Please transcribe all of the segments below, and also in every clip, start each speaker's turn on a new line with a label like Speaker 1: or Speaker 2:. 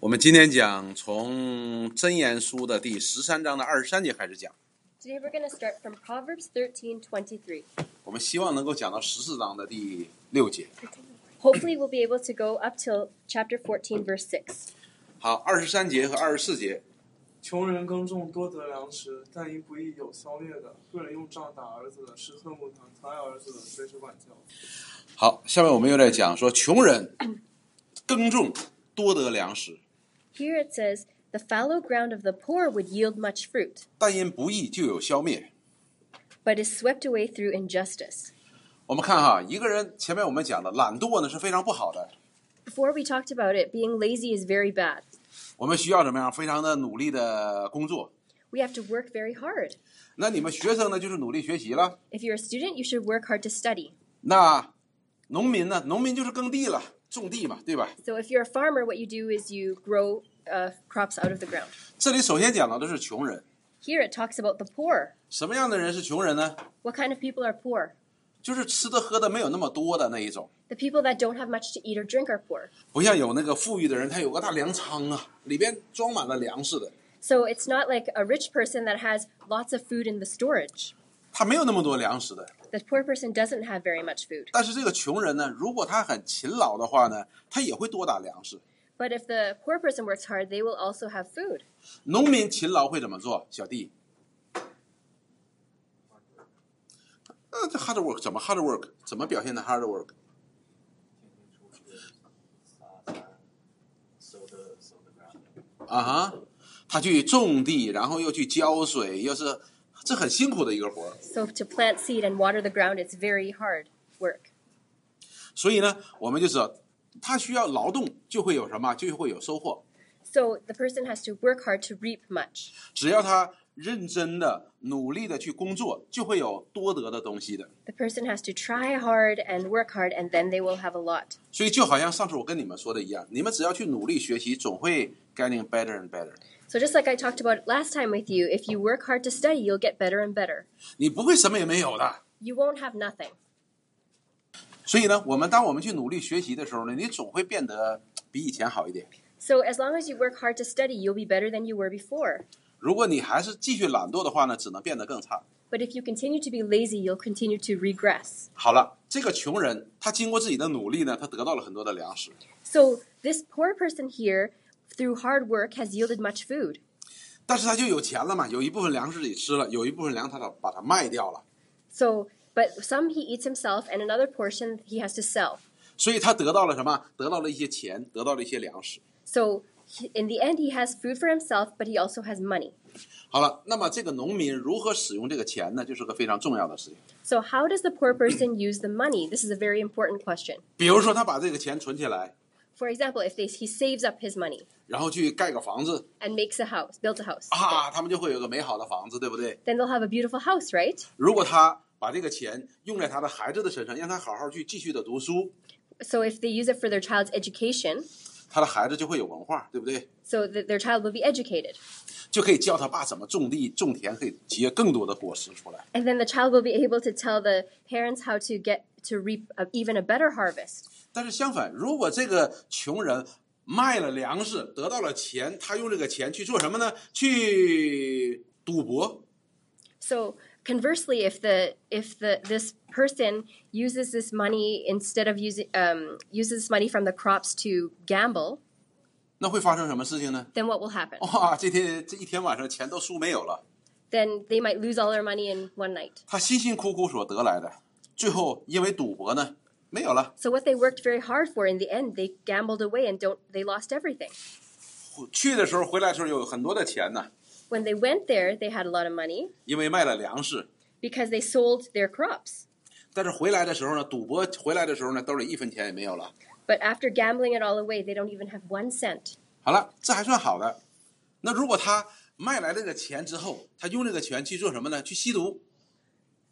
Speaker 1: 我们今天讲从《真言书》的第十三章的二十三节开始讲，
Speaker 2: Today we're going to start from Proverbs 13:23.
Speaker 1: 我们希望能够讲到十四章的第六节。
Speaker 2: Hopefully we'll be able to go up till chapter 14 verse 6.
Speaker 1: 好，二十三节和二十四节，
Speaker 3: 穷人耕种多得粮食，但因不义有消灭的。恶人用杖打儿子的，是恨恶他；残害儿子的，虽是管教。
Speaker 1: 好，下面我们又在讲说穷人耕种多得粮食，
Speaker 2: Here it says, "The fallow ground of the poor would yield much fruit,
Speaker 1: 但因不义就有消灭。
Speaker 2: but is swept away through injustice."
Speaker 1: 我们看哈，一个人前面我们讲的懒惰呢是非常不好的，
Speaker 2: Before we talked about it, being lazy is very bad.
Speaker 1: 我们需要怎么样？非常的努力的工作。
Speaker 2: We have to work very hard.
Speaker 1: 那你们学生呢，就是努力学习了。
Speaker 2: If you're a student, you should work hard to study.
Speaker 1: 那农民呢？农民就是耕地了，种地嘛，对吧？
Speaker 2: So if you're a farmer, what you do is you grow uh, crops out of the ground.
Speaker 1: 这里首先讲到的是穷人，
Speaker 2: Here it talks about the poor.
Speaker 1: 什么样的人是穷人呢？
Speaker 2: What kind of people are poor?
Speaker 1: 就是吃的喝的没有那么多的那一种，
Speaker 2: The people that don't have much to eat or drink are poor.
Speaker 1: 不像有那个富裕的人，他有个大粮仓啊，里边装满了粮食的，
Speaker 2: So it's not like a rich person that has lots of food in the storage.
Speaker 1: 他没有那么多粮食的。
Speaker 2: The poor person doesn't have very much food.
Speaker 1: 但是这个穷人呢，如果他很勤劳的话呢，他也会多打粮食。
Speaker 2: But if the poor person works hard, they will also have food.
Speaker 1: 农民勤劳会怎么做？小弟，呃，这 hard work 怎么 hard work 怎么表现的 hard work？啊哈，他去种地，然后又去浇水，又是这很辛苦的一个活儿。
Speaker 2: So to plant seed and water the ground, it's very hard work.
Speaker 1: 所以呢，我们就知道，他需要劳动，就会有什么，就会有收获。
Speaker 2: So the person has to work hard to reap much.
Speaker 1: 只要他认真的、努力的去工作，就会有多得的东西的。
Speaker 2: The person has to try hard and work hard, and then they will have a lot.
Speaker 1: 所以就好像上次我跟你们说的一样，你们只要去努力学习，总会 getting better and better。
Speaker 2: So just like I talked about last time with you, if you work hard to study, you'll get better and better.
Speaker 1: 你不会什么也没有的。
Speaker 2: You won't have nothing.
Speaker 1: 所以呢，我们当我们去努力学习的时候呢，你总会变得比以前好一点。
Speaker 2: So as long as you work hard to study, you'll be better than you were before.
Speaker 1: 如果你还是继续懒惰的话呢，只能变得更差。
Speaker 2: But if you continue to be lazy, you'll continue to regress.
Speaker 1: 好了，这个穷人他经过自己的努力呢，他得到了很多的粮食。
Speaker 2: So this poor person here, through hard work, has yielded much food.
Speaker 1: 但是他就有钱了嘛，有一部分粮食自己吃了，有一部分粮他把把它卖掉了，
Speaker 2: So, but some he eats himself, and another portion he has to sell.
Speaker 1: 所以他得到了什么？得到了一些钱，得到了一些粮食。
Speaker 2: So he, in the end, he has food for himself, but he also has money.
Speaker 1: 好了，那么这个农民如何使用这个钱呢？就是个非常重要的事情。
Speaker 2: So how does the poor person use the money? This is a very important question.
Speaker 1: 比如说，他把这个钱存起来，
Speaker 2: For example, if they, he saves up his money
Speaker 1: 然后去盖个房子
Speaker 2: and makes a house, builds a house,
Speaker 1: 啊，他们就会有个美好的房子，对不对？
Speaker 2: then they'll have a beautiful house, right?
Speaker 1: 如果他把这个钱用在他的孩子的身上，让他好好去继续的读书，
Speaker 2: So if they use it for their child's education,
Speaker 1: 他的孩子就会有文化，对不对？
Speaker 2: so that their child will be educated.
Speaker 1: 就可以教他爸怎么种地、种田，可以结更多的果实出来。
Speaker 2: And then the child will be able to tell the parents how to get to reap a, even a better harvest.
Speaker 1: 但是相反，如果这个穷人卖了粮食得到了钱，他用这个钱去做什么呢？去赌博。
Speaker 2: So conversely, if the if the this person uses this money instead of using um, uses this money from the crops to gamble,
Speaker 1: 那会发生什么事情呢？
Speaker 2: then what will happen?
Speaker 1: 哇，这天这一天晚上钱都输没有了，
Speaker 2: Then they might lose all their money in one night.
Speaker 1: 他辛辛苦苦所得来的，最后因为赌博呢没有了，
Speaker 2: So what they worked very hard for in the end, they gambled away and don't they lost everything.
Speaker 1: 去的时候回来的时候有很多的钱呢，
Speaker 2: When they went there, they had a lot of money
Speaker 1: 因为卖了粮食，
Speaker 2: because they sold their crops.
Speaker 1: 但是回来的时候呢，赌博回来的时候呢，兜里一分钱也没有了。
Speaker 2: But after gambling it all away, they don't even have one cent.
Speaker 1: 好了，这还算好的。那如果他卖来这个钱之后，他用这个钱去做什么呢？去吸毒。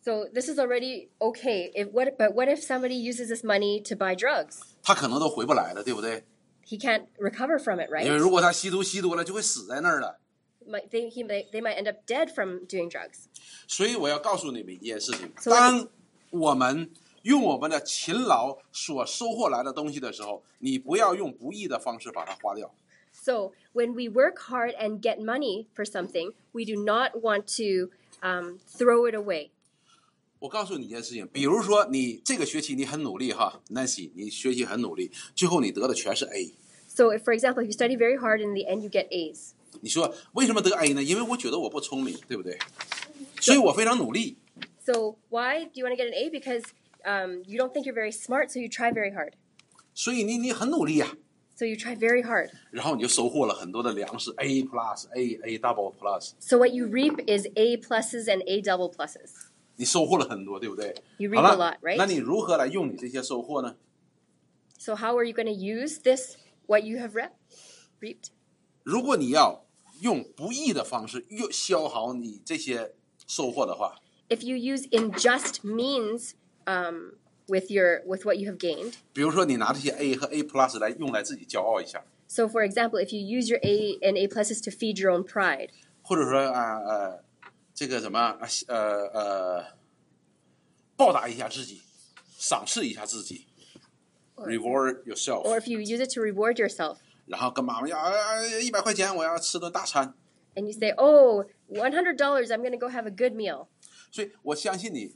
Speaker 2: So this is already okay. If what but what if somebody uses this money to buy drugs?
Speaker 1: 他可能都回不来了，对不对？
Speaker 2: He can't recover from it,
Speaker 1: 因为
Speaker 2: right?
Speaker 1: 如果他吸毒吸多了，就会死在那儿了。
Speaker 2: Might, they, he might, they might end up dead from doing drugs.
Speaker 1: 所以我要告诉你们一件事情：
Speaker 2: 所以
Speaker 1: 当我们用我们的勤劳所收获来的东西的时候，你不要用不义的方式把它花掉。
Speaker 2: So when we work hard and get money for something, we do not want to um, throw it away.
Speaker 1: 我告诉你一件事情，比如说你这个学期你很努力哈，Nancy，你学习很努力，最后你得的全是 A。
Speaker 2: So if, for example, if you study very hard and in the end you get A's.
Speaker 1: 你说为什么得 A 呢？因为我觉得我不聪明，对不对？所以我非常努力。
Speaker 2: So why do you want to get an A? Because um, you don't think you're very smart, so you try very hard.
Speaker 1: 所以你你很努力呀、
Speaker 2: So you try very hard.
Speaker 1: 然后你就收获了很多的粮食 A plus A A double plus，
Speaker 2: So what you reap is A pluses and A double pluses.
Speaker 1: 你收获了很多，对不对
Speaker 2: You？
Speaker 1: 好
Speaker 2: reap
Speaker 1: 了
Speaker 2: a lot, right？
Speaker 1: 那你如何来用你这些收获呢？
Speaker 2: So how are you going to use this what you have rep, reaped?
Speaker 1: 如果你要用不义的方式用消耗你这些收获的话，
Speaker 2: If you use unjust means um, with your with what you have gained.
Speaker 1: 比如说你拿这些 A 和 A plus 来用来自己骄傲一下，
Speaker 2: So for example, if you use your A and A pluses to feed your own pride,
Speaker 1: 或者说啊呃这个什么啊呃呃报答一下自己，赏赐一下自己，reward
Speaker 2: or
Speaker 1: yourself，
Speaker 2: if you use it to reward yourself,
Speaker 1: 然后跟妈妈要哎一百块钱我要吃顿大餐。
Speaker 2: and you say, "Oh, one hundred dollars, I'm going to go have a good meal."
Speaker 1: 所以我相信你，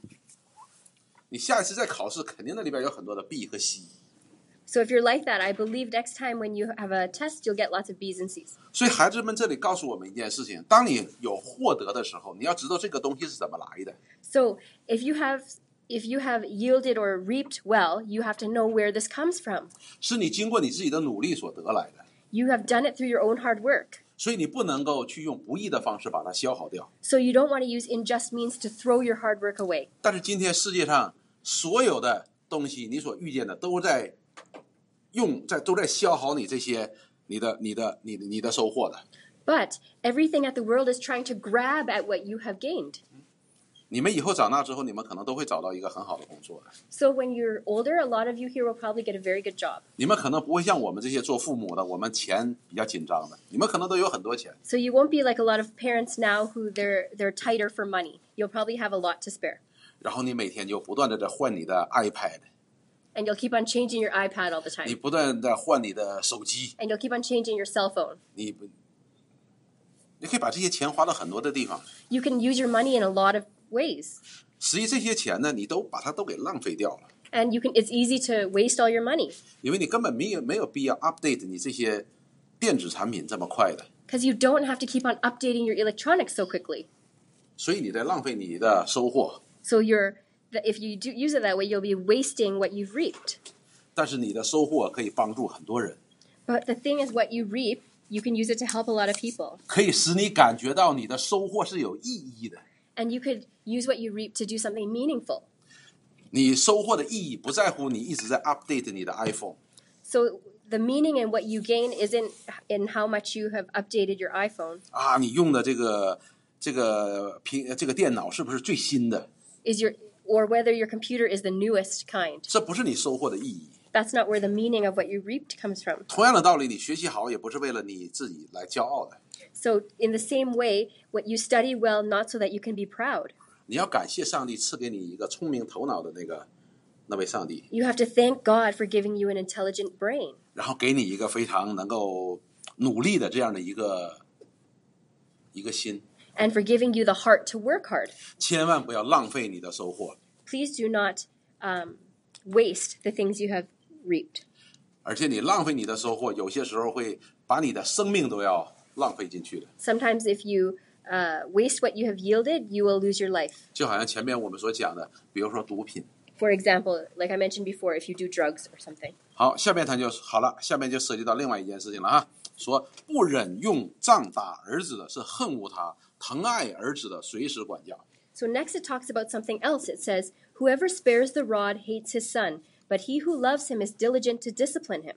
Speaker 1: 你下一次在考试肯定那里边有很多的 B 和 C。
Speaker 2: So if you're like that, I believe next time when you have a test, you'll get lots of B's and C's.
Speaker 1: 所以孩子们这里告诉我们一件事情：当你有获得的时候，你要知道这个东西是怎么来的。
Speaker 2: So if you have if you have yielded or reaped well, you have to know where this comes from.
Speaker 1: 是你经过你自己的努力所得来的，
Speaker 2: You have done it through your own hard work.
Speaker 1: 所以你不能够去用不义的方式把它消耗掉。
Speaker 2: So you don't want to use unjust means to throw your hard work away.
Speaker 1: 但是今天世界上所有的东西，你所遇见的都在用在都在消耗你这些你的你的你的你的收获的。
Speaker 2: But everything at the world is trying to grab at what you have gained.
Speaker 1: 你们以后长大之后，你们可能都会找到一个很好的工作的。
Speaker 2: So when you're older, a lot of you here will probably get a very good job.
Speaker 1: 你们可能不会像我们这些做父母的，我们钱比较紧张的，你们可能都有很多钱。
Speaker 2: So you won't be like a lot of parents now who they're they're tighter for money. You'll probably have a lot to spare.
Speaker 1: 然后你每天就不断的在换你的 iPad，
Speaker 2: And you'll keep on changing your iPad all the
Speaker 1: 你
Speaker 2: time.
Speaker 1: 不断的换你的手机，
Speaker 2: And you'll keep on changing your cell phone.
Speaker 1: 你不，你可以把这些钱花到很多的地方。
Speaker 2: You can use your money in a lot of ways.
Speaker 1: 实际这些钱呢，你都把它都给浪费掉了，
Speaker 2: And you can it's easy to waste all your money
Speaker 1: 因为你根本没有没有必要 update 你这些电子产品这么快的，
Speaker 2: because you don't have to keep on updating your electronics so quickly.
Speaker 1: 所以你在浪费你的收获，
Speaker 2: So you're that if you do use it that way, you'll be wasting what you've reaped.
Speaker 1: 但是你的收获可以帮助很多人，
Speaker 2: But the thing is, what you reap, you can use it to help a lot of people,
Speaker 1: 可以使你感觉到你的收获是有意义的。
Speaker 2: and you could use what you reap to do something meaningful.
Speaker 1: 你收获的意义不在乎你一直在 update 你的 iPhone，
Speaker 2: So the meaning and what you gain isn't in how much you have updated your iPhone.
Speaker 1: 啊，你用的这个这个屏这个电脑是不是最新的？
Speaker 2: Is your or whether your computer is the newest kind.
Speaker 1: 这不是你收获的意义。
Speaker 2: That's not where the meaning of what you reaped comes from.
Speaker 1: 同样的道理，你学习好也不是为了你自己来骄傲的，
Speaker 2: So in the same way, what you study well, not so that you can be proud.
Speaker 1: 你要感谢上帝赐给你一个聪明头脑的那个那位上帝，
Speaker 2: You have to thank God for giving you an intelligent brain.
Speaker 1: 然后给你一个非常能够努力的这样的一个一个心，
Speaker 2: and for giving you the heart to work hard.
Speaker 1: 千万不要浪费你的收获，
Speaker 2: Please do not um, waste the things you have reaped.
Speaker 1: 而且你浪费你的收获，有些时候会把你的生命都要浪费进去的。
Speaker 2: Sometimes, if you uh, waste what you have yielded, you will lose your life.
Speaker 1: 就好像前面我们所讲的，比如说毒品。
Speaker 2: For example, like I mentioned before, if you do drugs or something.
Speaker 1: 好，下面他就好了，下面就涉及到另外一件事情了哈，说不忍用杖打儿子的是恨恶他，疼爱儿子的随时管教。
Speaker 2: So, next it talks about something else. It says, Whoever spares the rod hates his son, but he who loves him is diligent to discipline him.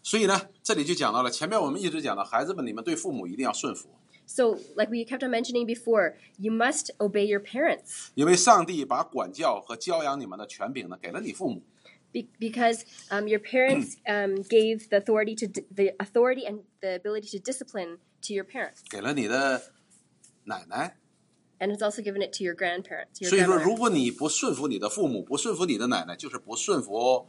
Speaker 1: 所以呢，这里就讲到了前面我们一直讲的，孩子们，你们对父母一定要顺服，
Speaker 2: So, like we kept on mentioning before, you must obey your parents
Speaker 1: 因为上帝把管教和教养你们的权柄呢给了你父母，
Speaker 2: be- because um, your parents um, gave the authority to di- the authority and the ability to discipline to your parents,
Speaker 1: 给了你的奶奶。
Speaker 2: and it's also given it to your grandparents. Your
Speaker 1: 所以说，如
Speaker 2: grandmother.
Speaker 1: 果你不顺服你的父母，不顺服你的奶奶，就是不顺服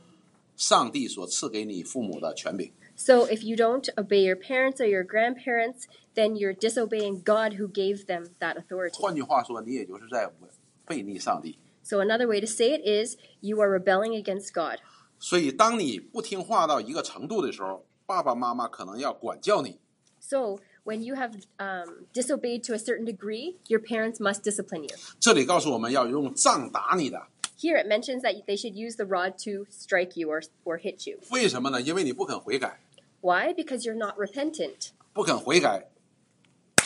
Speaker 1: 上帝所赐给你父母的权柄。
Speaker 2: So if you don't obey your parents or your grandparents, then you're disobeying God who gave them that authority.
Speaker 1: 换句话说，你也就是在背逆上帝。
Speaker 2: So another way to say it is you are rebelling against God.
Speaker 1: 所以，当你不听话到一个程度的时候，爸爸妈妈可能要管教你。
Speaker 2: So when you have um, disobeyed to a certain degree, your parents must discipline you.
Speaker 1: 这里告诉我们要用杖打你的，
Speaker 2: Here it mentions that they should use the rod to strike you or, or hit you.
Speaker 1: 为什么呢？因为你不肯悔改，
Speaker 2: Why? Because you're not repentant.
Speaker 1: 不肯悔改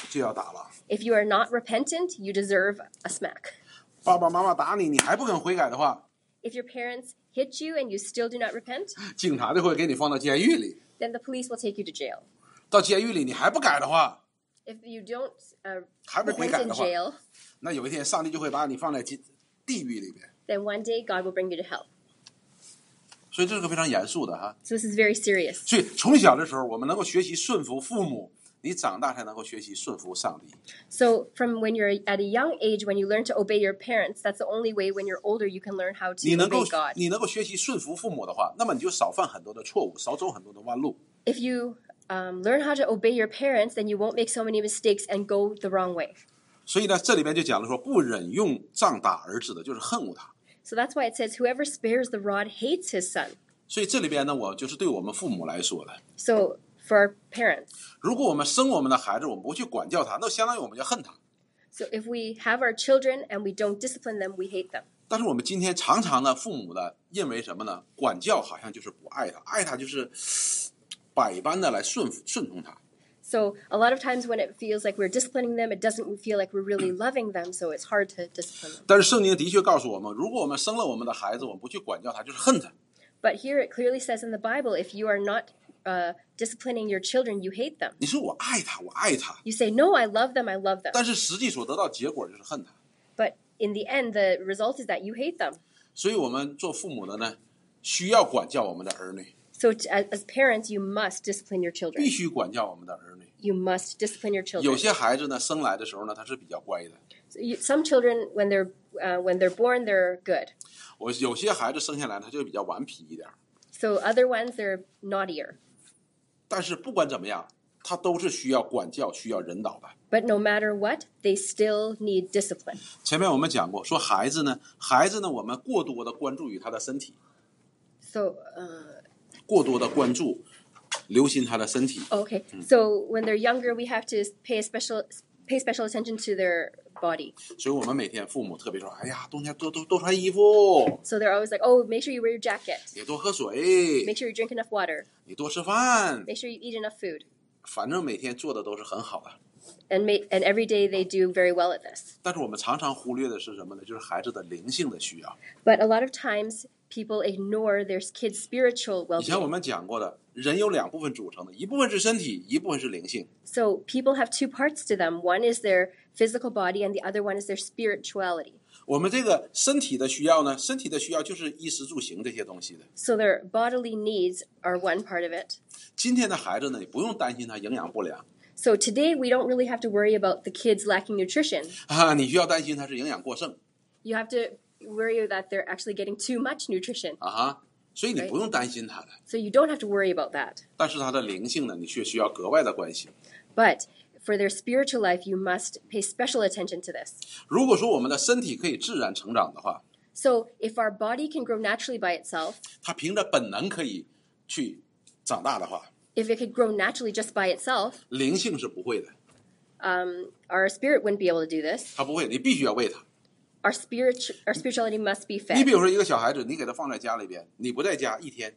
Speaker 1: 就要打了。
Speaker 2: If you are not repentant, you deserve a smack.
Speaker 1: 爸爸妈妈打你，你还不肯悔改的话，
Speaker 2: If your parents hit you and you still do not repent,
Speaker 1: 警察就会给你放到监狱里。
Speaker 2: then the police will take you to jail.
Speaker 1: 到监狱里你还不改的话，
Speaker 2: If you don't uh,
Speaker 1: 还不悔
Speaker 2: repent
Speaker 1: 改
Speaker 2: in
Speaker 1: 的话，
Speaker 2: jail,
Speaker 1: 那有一天上帝就会把你放在地地狱里面。
Speaker 2: then one day God will bring you to hell.
Speaker 1: 所以这是个非常严肃的哈。
Speaker 2: So this is very serious.
Speaker 1: 所以从小的时候，我们能够学习顺服父母，你长大才能够学习顺服上帝。
Speaker 2: So from when you're at a young age, when you learn to obey your parents, that's the only way when you're older you can learn how
Speaker 1: 你
Speaker 2: to
Speaker 1: 能够
Speaker 2: obey God.
Speaker 1: 你能够学习顺服父母的话，那么你就少犯很多的错误，少走很多的弯路。
Speaker 2: If you um, learn how to obey your parents, then you won't make so many mistakes and go the wrong way.
Speaker 1: 所以呢，这里边就讲了说，不忍用杖打儿子的，就是恨恶他。
Speaker 2: So that's why it says, whoever spares the rod hates his son.
Speaker 1: 所以这里边呢，我就是对我们父母来说的，
Speaker 2: So for our parents,
Speaker 1: 如果我们生我们的孩子，我们不去管教他，那相当于我们就恨他。
Speaker 2: so if we have our children and we don't discipline them, we hate them.
Speaker 1: 但是我们今天常常呢，父母呢，认为什么呢？管教好像就是不爱他，爱他就是嘶百般的来顺服顺从他。
Speaker 2: So a lot of times when it feels like we're disciplining them, it doesn't feel like we're really loving them, so it's hard to discipline them.
Speaker 1: 但是圣经的确告诉我们，如果我们生了我们的孩子，我们不去管教他，就是恨他。
Speaker 2: But here it clearly says in the Bible, if you are not uh, disciplining your children, you hate them.
Speaker 1: 你说我爱他，我爱他，
Speaker 2: You say, no, I love them, I love them.
Speaker 1: 但是实际所得到结果就是恨他。
Speaker 2: But in the end, the result is that you hate them.
Speaker 1: 所以我们做父母的呢，需要管教我们的儿女，
Speaker 2: So t- as, as parents, you must discipline your
Speaker 1: 必
Speaker 2: children.
Speaker 1: 须管教我们的儿女。
Speaker 2: You must discipline your
Speaker 1: 有
Speaker 2: children.
Speaker 1: 些孩子呢，生来的时候呢，他是比较乖的；
Speaker 2: So you, some children, when they're uh, when they're born, they're good.
Speaker 1: 我有些孩子生下来他就比较顽皮一点儿。
Speaker 2: So other ones, they're naughtier.
Speaker 1: 但是不管怎么样，他都是需要管教、需要引导的。
Speaker 2: But no matter what, they still need discipline.
Speaker 1: 前面我们讲过，说孩子呢，孩子呢，我们过多的关注于他的身体，
Speaker 2: So. Uh,
Speaker 1: 过多的关注，留心他的身体。
Speaker 2: Okay, so when they're younger, we have to pay a special pay special attention to their body.
Speaker 1: 所以我们每天父母特别说：“哎呀，冬天多多多穿衣服，
Speaker 2: So they're always like, "Oh, make sure you wear your jacket.
Speaker 1: 也多喝水，
Speaker 2: Make sure you drink enough water.
Speaker 1: 你多吃饭。
Speaker 2: Make sure you eat enough food." ”
Speaker 1: 反正每天做的都是很好的。
Speaker 2: And ma- and every day they do very well at this.
Speaker 1: 但是我们常常忽略的是什么呢？就是孩子的灵性的需要。
Speaker 2: But a lot of times people ignore their kids' spiritual
Speaker 1: 以前我
Speaker 2: well-being.
Speaker 1: 们讲过的，人有两部分组成的，一部分是身体，一部分是灵性。
Speaker 2: So people have two parts to them. One is their physical body, and the other one is their spirituality.
Speaker 1: 我们这个身体的需要呢，身体的需要就是衣食住行这些东西的。
Speaker 2: So their bodily needs are one part of it.
Speaker 1: 今天的孩子呢，也不用担心他营养不良
Speaker 2: So today we don't really have to worry about the kids lacking nutrition.
Speaker 1: 啊，你需要担心他是营养过剩
Speaker 2: you have to worry that they're actually getting too much nutrition.
Speaker 1: 啊哈，所以你
Speaker 2: 对
Speaker 1: 不用担心他的。
Speaker 2: So you don't have to worry about that.
Speaker 1: 但是他的灵性呢，你却需要格外的关心。
Speaker 2: But for their spiritual life, you must pay special attention to this.
Speaker 1: 如果说我们的身体可以自然成长的话，
Speaker 2: So if our body can grow naturally by itself,
Speaker 1: 他凭着本能可以去长大的话，
Speaker 2: if it could grow naturally just by itself,
Speaker 1: 灵性是不会的，
Speaker 2: um, our spirit wouldn't be able to do this.
Speaker 1: 他不会，你必须要喂他。
Speaker 2: Our spirit, our spirituality must be
Speaker 1: 你比
Speaker 2: fed.
Speaker 1: 如说一个小孩子，你给他放在家里边，你不在家一天，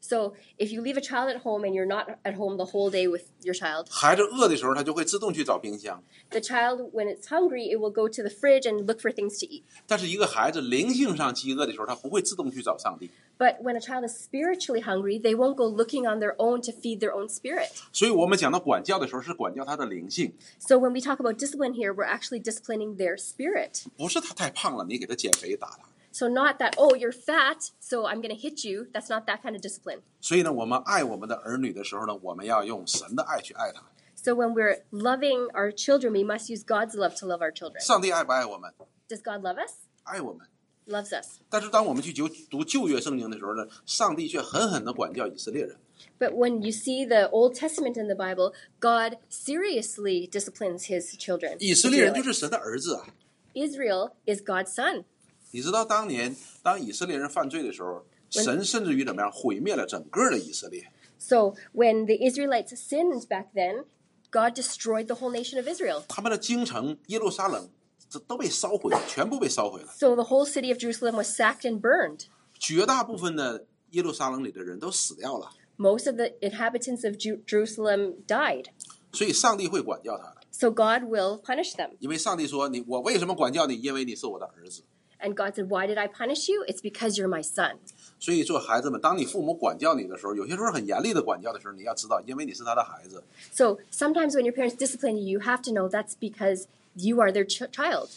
Speaker 2: So if you leave a child at home and you're not at home the whole day with your child,
Speaker 1: 孩子饿的时候，他就会自动去找冰箱。
Speaker 2: the child, when it's hungry, it will go to the fridge and look for things to eat.
Speaker 1: 但是一个孩子灵性上饥饿的时候，他不会自动去找上帝。
Speaker 2: But when a child is spiritually hungry, they won't go looking on their own to feed their own spirit.
Speaker 1: 所以我们讲到管教的时候，是管教他的灵性，
Speaker 2: So when we talk about discipline here, we're actually disciplining their spirit.
Speaker 1: 不是他太胖了，你给他减肥打他。
Speaker 2: So not that, oh, you're fat, so I'm going to hit you. That's not that kind of discipline.
Speaker 1: 所以呢，我们爱我们的儿女的时候呢，我们要用神的爱去爱他。
Speaker 2: So when we're loving our children, we must use God's love to love our children.
Speaker 1: 上帝爱不爱我们？
Speaker 2: Does God love us?
Speaker 1: 爱我们。
Speaker 2: loves us.
Speaker 1: 但是当我们去读读旧约圣经的时候呢，上帝却狠狠地管教以色列人。
Speaker 2: But when you see the Old Testament in the Bible, God seriously disciplines his children.
Speaker 1: 以色列人就是神的儿子啊！
Speaker 2: Israel is God's son.
Speaker 1: 你知道当年当以色列人犯罪的时候，神甚至于怎么样毁灭了整个的以色列。
Speaker 2: So when the Israelites sinned back then, God destroyed the whole nation of Israel.
Speaker 1: 他们的京城耶路撒冷，这都被烧毁了，全部被烧毁了。
Speaker 2: So the whole city of Jerusalem was sacked and burned.
Speaker 1: 绝大部分的耶路撒冷里的人都死掉了，
Speaker 2: Most of the inhabitants of Ju- Jerusalem died.
Speaker 1: 所以上帝会管教他的，
Speaker 2: So God will punish them.
Speaker 1: 因为上帝说：“你我为什么管教你？因为你是我的儿子。
Speaker 2: And God said, Why did I punish you? It's because you're my son. ”
Speaker 1: 所以说，孩子们，当你父母管教你的时候，有些时候很严厉的管教的时候，你要知道，因为你是他的孩子，
Speaker 2: So sometimes when your parents discipline you, you have to know that's because you are their ch- child.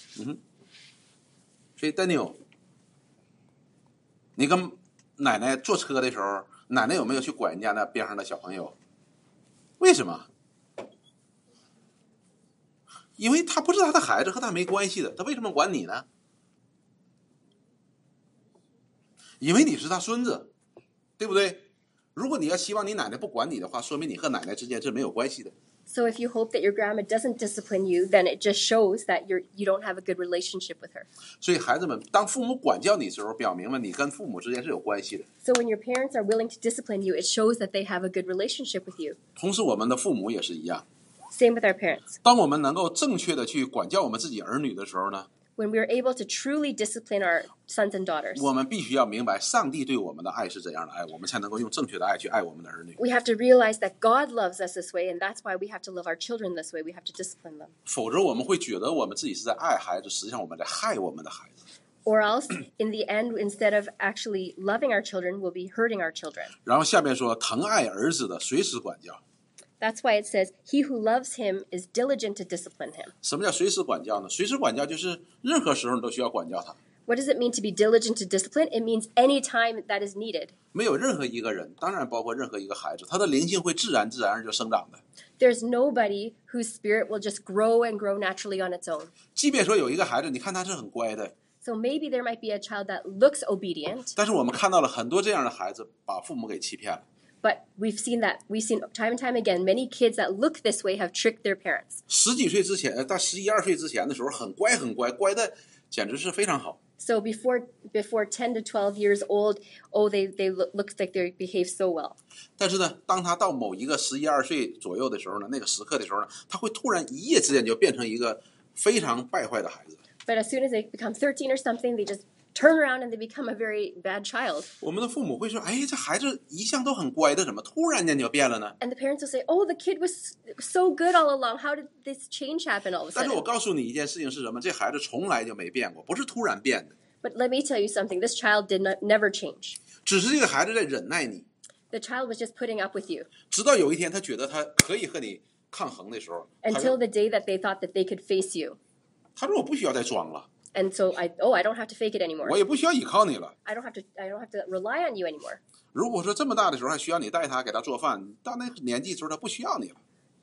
Speaker 1: 所以 Daniel，你跟奶奶坐车的时候，奶奶有没有去管人家那边上的小朋友？为什么？因为他不是他的孩子，和他没关系的，他为什么管你呢？因为你是他孙子，对不对？如果你要希望你奶奶不管你的话，说明你和奶奶之间是没有关系的。
Speaker 2: So if you hope that your grandma doesn't discipline you, then it just shows that you're you don't have a good relationship with her.
Speaker 1: 所以，孩子们，当父母管教你的时候，表明了你跟父母之间是有关系的。
Speaker 2: So when your parents are willing to discipline you, it shows that they have a good relationship with you.
Speaker 1: 同时，我们的父母也是一样。
Speaker 2: Same with our parents.
Speaker 1: 当我们能够正确的去管教我们自己儿女的时候呢，
Speaker 2: When we are able to truly discipline our sons and daughters,
Speaker 1: 我们必须要明白上帝对我们的爱是怎样的爱，我们才能够用正确的爱去爱我们的儿女，
Speaker 2: we have to realize that God loves us this way, and that's why we have to love our children this way. We have to discipline them.
Speaker 1: 否则我们会觉得我们自己是在爱孩子，实际上我们在害我们的孩子。
Speaker 2: Or else, in the end, instead of actually loving our children, we'll be hurting our children.
Speaker 1: 然后下面说，疼爱儿子的随时管教。
Speaker 2: That's why it says, He who loves him is diligent to discipline him.
Speaker 1: 什么叫随时管教呢？随时管教就是任何时候你都需要管教他，
Speaker 2: What does it mean to be diligent to discipline? It means any time that is needed.
Speaker 1: 没有任何一个人，当然包括任何一个孩子，他的灵性会自然自然而就生长的。
Speaker 2: There's nobody whose spirit will just grow and grow naturally on its own.
Speaker 1: 即便说有一个孩子，你看他是很乖的，
Speaker 2: So maybe there might be a child that looks obedient,
Speaker 1: 但是我们看到了很多这样的孩子把父母给欺骗了。
Speaker 2: but we've seen that we've seen time and time again many kids that look this way have tricked their parents.
Speaker 1: 十几岁之前，呃到十一二岁之前的时候，很乖很乖，乖的简直是非常好。
Speaker 2: So before before 10 to 12 years old, oh they they look, looks like they behave so well.
Speaker 1: 但是呢，当他到某一个十一二岁左右的时候呢，那个时刻的时候呢，他会突然一夜之间就变成一个非常败坏的孩子。
Speaker 2: But as soon as they become 13 or something, they just turn around and they become a very bad child.
Speaker 1: 我们的父母会说：“哎，这孩子一向都很乖的，怎么突然间就变了呢
Speaker 2: And the parents will say, "Oh, the kid was so good all along. How did this change happen all of a？”
Speaker 1: 但是我
Speaker 2: sudden?"
Speaker 1: 告诉你一件事情是什么？这孩子从来就没变过，不是突然变的，
Speaker 2: But let me tell you something. This child did not never change.
Speaker 1: 只是这个孩子在忍耐你，
Speaker 2: The child was just putting up with you
Speaker 1: 直到有一天他觉得他可以和你抗衡的时候，他
Speaker 2: until
Speaker 1: 说
Speaker 2: the day that they thought that they could face you.
Speaker 1: 他说我不需要再装了，
Speaker 2: And so I, oh, I don't have to fake it anymore.
Speaker 1: 我也不需要依靠你了。
Speaker 2: I don't have to. I don't have to rely on you anymore.
Speaker 1: 如果说这么大的时候还需要你带他给他做饭，到那个年纪的时候他不需要你了。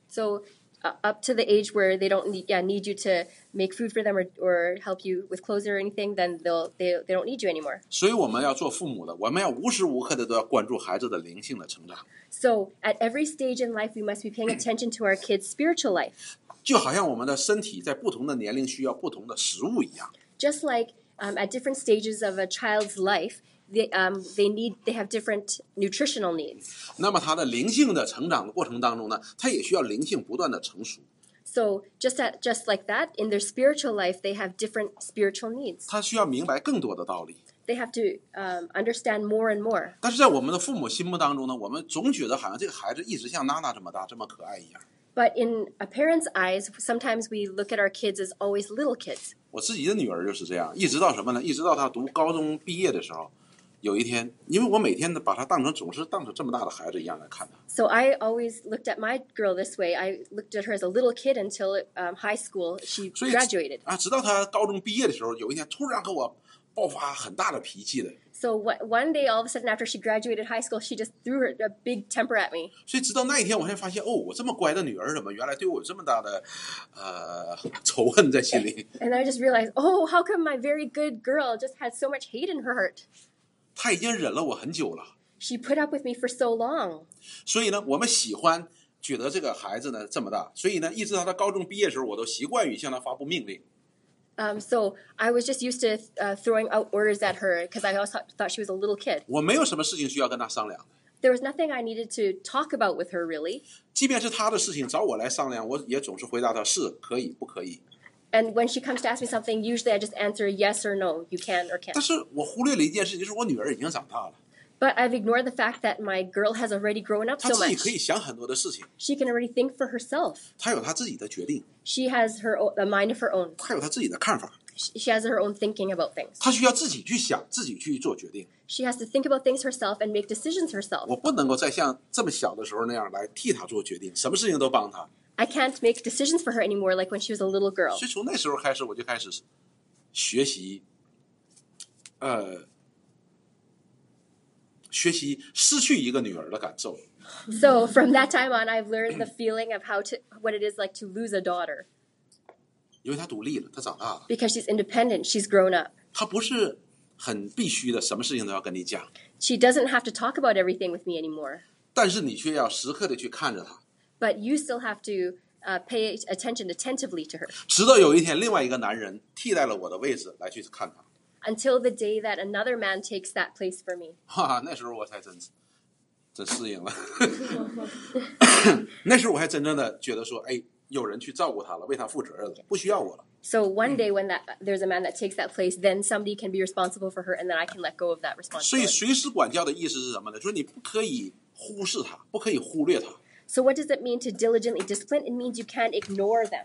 Speaker 2: So uh, up to the age where they don't need, yeah, need you to make food for them or, or help you with clothes or anything, then they'll they, they don't need you anymore.
Speaker 1: 所以我们要做父母的，我们要无时无刻的都要关注孩子的灵性的成长，
Speaker 2: So at every stage in life, we must be paying attention to our kids' spiritual life.
Speaker 1: 就好像我们的身体在不同的年龄需要不同的食物一样。
Speaker 2: just like um, at different stages of a child's life, they, um, they need they have different nutritional needs.
Speaker 1: 那么他的灵性的成长的过程当中呢，他也需要灵性不断的成熟，
Speaker 2: So just at, just like that, in their spiritual life, they have different spiritual needs.
Speaker 1: 他需要明白更多的道理。
Speaker 2: They have to um, understand more and more.
Speaker 1: 但是在我们的父母心目当中呢，我们总觉得好像这个孩子一直像娜娜这么大，这么可爱一样。
Speaker 2: But in a parent's eyes, sometimes we look at our kids as always little kids.
Speaker 1: 我自己的女儿就是这样，一直到什么呢？一直到她读高中毕业的时候，有一天，因为我每天把她当成总是当成这么大的孩子一样来看她，
Speaker 2: So I always looked at my girl this way. I looked at her as a little kid until um, high school. She
Speaker 1: 所以
Speaker 2: graduated.
Speaker 1: 啊，直到她高中毕业的时候，有一天突然和我爆发很大的脾气的。
Speaker 2: So what, one day, all of a sudden, after she graduated high school, she just threw her, a big temper at me.
Speaker 1: 所以直到那一天，我才发现，哦，我这么乖的女儿，怎么原来对我有这么大的呃仇恨在心里？
Speaker 2: And I just realized, oh, how come my very good girl just had so much hate in her heart?
Speaker 1: 她已经忍了我很久了。
Speaker 2: She put up with me for so long.
Speaker 1: 所以呢，我们喜欢觉得这个孩子呢这么大，所以呢，一直到他高中毕业的时候，我都习惯于向他发布命令。
Speaker 2: Um, so I was just used to uh, throwing out orders at her because I also thought she was a little kid.
Speaker 1: 我没有什么事情需要跟他商量的，
Speaker 2: There was nothing I needed to talk about with her really.
Speaker 1: 即便是他的事情找我来商量，我也总是回答他是可以不可以。
Speaker 2: And when she comes to ask me something, usually I just answer yes or no, you can or
Speaker 1: 但
Speaker 2: can't.
Speaker 1: 是我忽略了一件事情，就是我女儿已经长大了，
Speaker 2: But I've ignored the fact that my girl has already grown up
Speaker 1: 她
Speaker 2: so
Speaker 1: 自己
Speaker 2: much.
Speaker 1: 可以想很多的事情，
Speaker 2: She can already think for herself.
Speaker 1: 她有她自己的决定，
Speaker 2: She has her o a mind of her own.
Speaker 1: 她有她自己的看法，
Speaker 2: She she has her own thinking about things.
Speaker 1: 她需要自己去想，自己去做决定。
Speaker 2: She has to think about things herself and make decisions herself.
Speaker 1: 我不能够再像这么小的时候那样来替她做决定，什么事情都帮她。
Speaker 2: I can't make decisions for her anymore like when she was a little girl.
Speaker 1: 所以从那时候开始，我就开始学习，呃，学习失去一个女儿的感受。
Speaker 2: So from that time on, I've learned the feeling of how to what it is like to lose a daughter
Speaker 1: 因为她独立了，她长大了，
Speaker 2: because she's independent. She's grown up.
Speaker 1: 她不是很必须的，什么事情都要跟你讲，
Speaker 2: She doesn't have to talk about everything with me anymore.
Speaker 1: 但是你却要时刻的去看着她，
Speaker 2: But you still have to uh, pay attention attentively to her
Speaker 1: 直到有一天，另外一个男人替代了我的位置来去看她。
Speaker 2: until the day that another man takes that place for me.
Speaker 1: 哈哈，那时候我才真真适应了。那时候我还真正的觉得说，哎，有人去照顾她了，为她负责任了，不需要我了。
Speaker 2: So one day when that there's a man that takes that place, then somebody can be responsible for her, and then I can let go of that
Speaker 1: 所以
Speaker 2: responsibility.
Speaker 1: 随时管教的意思是什么呢？就是你不可以忽视他，不可以忽略他。
Speaker 2: So what does it mean to diligently discipline? It means you can't ignore them.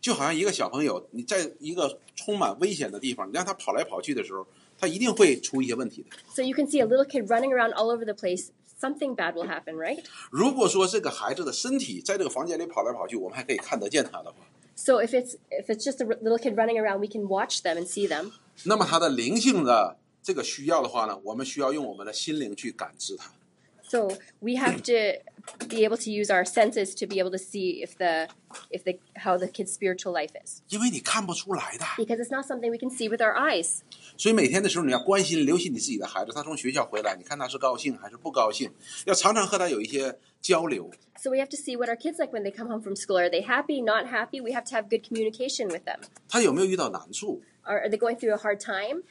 Speaker 1: 就好像一个小朋友，你在一个充满危险的地方，你让他跑来跑去的时候，他一定会出一些问题的。
Speaker 2: So you can see a little kid running around all over the place. Something bad will happen, right?
Speaker 1: 如果说这个孩子的身体在这个房间里跑来跑去，我们还可以看得见他的话，
Speaker 2: So if it's if it's just a r- little kid running around, we can watch them and see them.
Speaker 1: 那么他的灵性的这个需要的话呢，我们需要用我们的心灵去感知他。
Speaker 2: So we have to be able to use our senses to be able to see if the if the how the kid's spiritual life is
Speaker 1: 因为你看不出来的，
Speaker 2: because it's not something we can see with our eyes.
Speaker 1: 所以每天的时候你要关心、留心你自己的孩子。他从学校回来，你看他是高兴还是不高兴，要常常和他有一些交流。
Speaker 2: So we have to see what our kids like when they come home from school. Are they happy? Not happy? We have to have good communication with them.
Speaker 1: 他有没有遇到难处？
Speaker 2: Are, are they going through a hard time?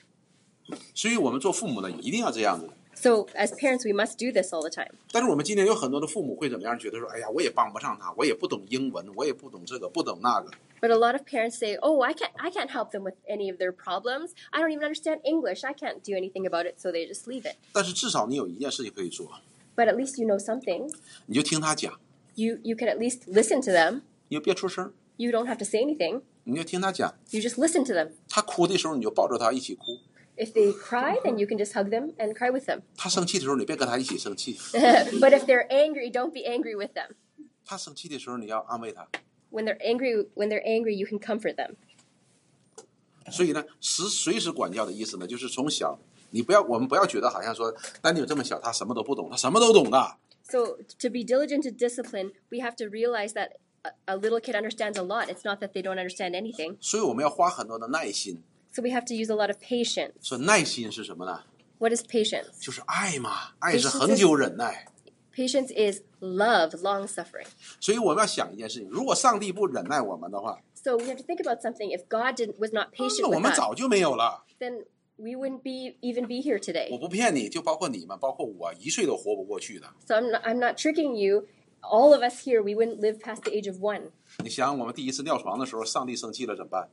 Speaker 1: 所以我们做父母呢，一定要这样子。
Speaker 2: So as parents, we must do this all the time.
Speaker 1: 但是我们今天有很多的父母会怎么样？觉得说，哎呀，我也帮不上他，我也不懂英文，我也不懂这个，不懂那个。
Speaker 2: But a lot of parents say, "Oh, I can't I can't help them with any of their problems. I don't even understand English. I can't do anything about it." So they just leave it.
Speaker 1: 但是至少你有一件事情可以做，
Speaker 2: But at least you know something.
Speaker 1: 你就听他讲，
Speaker 2: You you can at least listen to them.
Speaker 1: 你就别出声，
Speaker 2: You don't have to say anything.
Speaker 1: 你就听他讲。
Speaker 2: You just listen to them.
Speaker 1: 他哭的时候，你就抱着他一起哭；
Speaker 2: If they cry, then you can just hug them and cry with them.
Speaker 1: 他生气的时候，你别跟他一起生气。
Speaker 2: but if they're angry, don't be angry with them.
Speaker 1: 他生气的时候，你要安慰他。
Speaker 2: When they're angry, when they're angry, you can comfort them.
Speaker 1: 所以呢，时随时管教的意思呢，就是从小，你不要，我们不要觉得好像说丹尼尔这么小，他什么都不懂，他什么都懂的。
Speaker 2: So to be diligent to discipline, we have to realize that a, a little kid understands a lot. It's not that they don't understand anything.
Speaker 1: 所以我们要花很多的耐心。
Speaker 2: So we have to use a lot of patience.
Speaker 1: 说耐心是什么呢？
Speaker 2: What is patience?
Speaker 1: 就是爱嘛，爱是恒久忍耐。
Speaker 2: Patience is love, long suffering.
Speaker 1: 所以我们要想一件事情：如果上帝不忍耐我们的话，
Speaker 2: So we have to think about something. If God didn't, was not
Speaker 1: 那
Speaker 2: patient
Speaker 1: 我
Speaker 2: with
Speaker 1: 们
Speaker 2: us,
Speaker 1: 早就没有了。
Speaker 2: then we wouldn't be even be here today.
Speaker 1: 我不骗你，就包括你们，包括我，一岁都活不过去的。
Speaker 2: So I'm not, I'm not tricking you. All of us here, we wouldn't live past the age of one.
Speaker 1: 你想想，我们第一次尿床的时候，上帝生气了怎么办？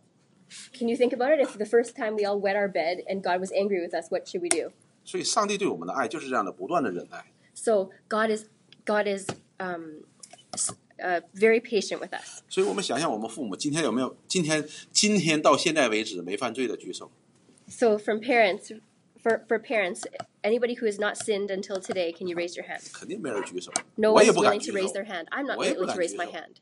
Speaker 2: Can you think about it? If the first time we all wet our bed and God was angry with us, what should we do?
Speaker 1: 所以，上帝对我们的爱就是这样的，不断的忍耐。
Speaker 2: So God is God is um, s- uh, very patient with us.
Speaker 1: 所以我们想想，我们父母今天有没有？今天今天到现在为止没犯罪的举手。
Speaker 2: So from parents, for for parents, anybody who has not sinned until today, can you raise your hand?
Speaker 1: 肯定没人举手
Speaker 2: No，
Speaker 1: 我
Speaker 2: one's
Speaker 1: 也不
Speaker 2: willing
Speaker 1: 敢举
Speaker 2: to
Speaker 1: 手
Speaker 2: raise。their hand. I'm not
Speaker 1: 我也不
Speaker 2: able
Speaker 1: 敢
Speaker 2: to raise
Speaker 1: 举
Speaker 2: my
Speaker 1: 手
Speaker 2: hand.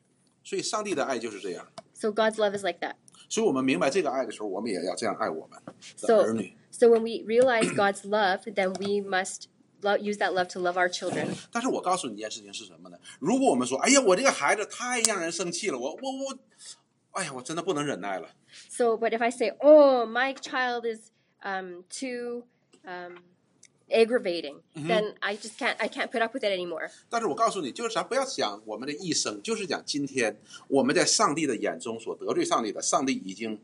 Speaker 1: 所以，上帝的爱就是这样。
Speaker 2: So God's love is like that.
Speaker 1: 所以我们明白这个爱的时候，我们也要这样爱我们的
Speaker 2: So
Speaker 1: 儿女。
Speaker 2: So when we realize God's love, then we must lo- use that love to love our children.
Speaker 1: 但是我告诉你一件事情是什么呢？如果我们说，哎呀，我这个孩子太让人生气了，我我我，哎呀，我真的不能忍耐了。
Speaker 2: So, but if I say, "Oh, my child is um, too um, aggravating," then I just can't. I can't put up with it anymore.
Speaker 1: 但是我告诉你，就是咱不要想我们的一生，就是讲今天我们在上帝的眼中所得罪上帝的，上帝已经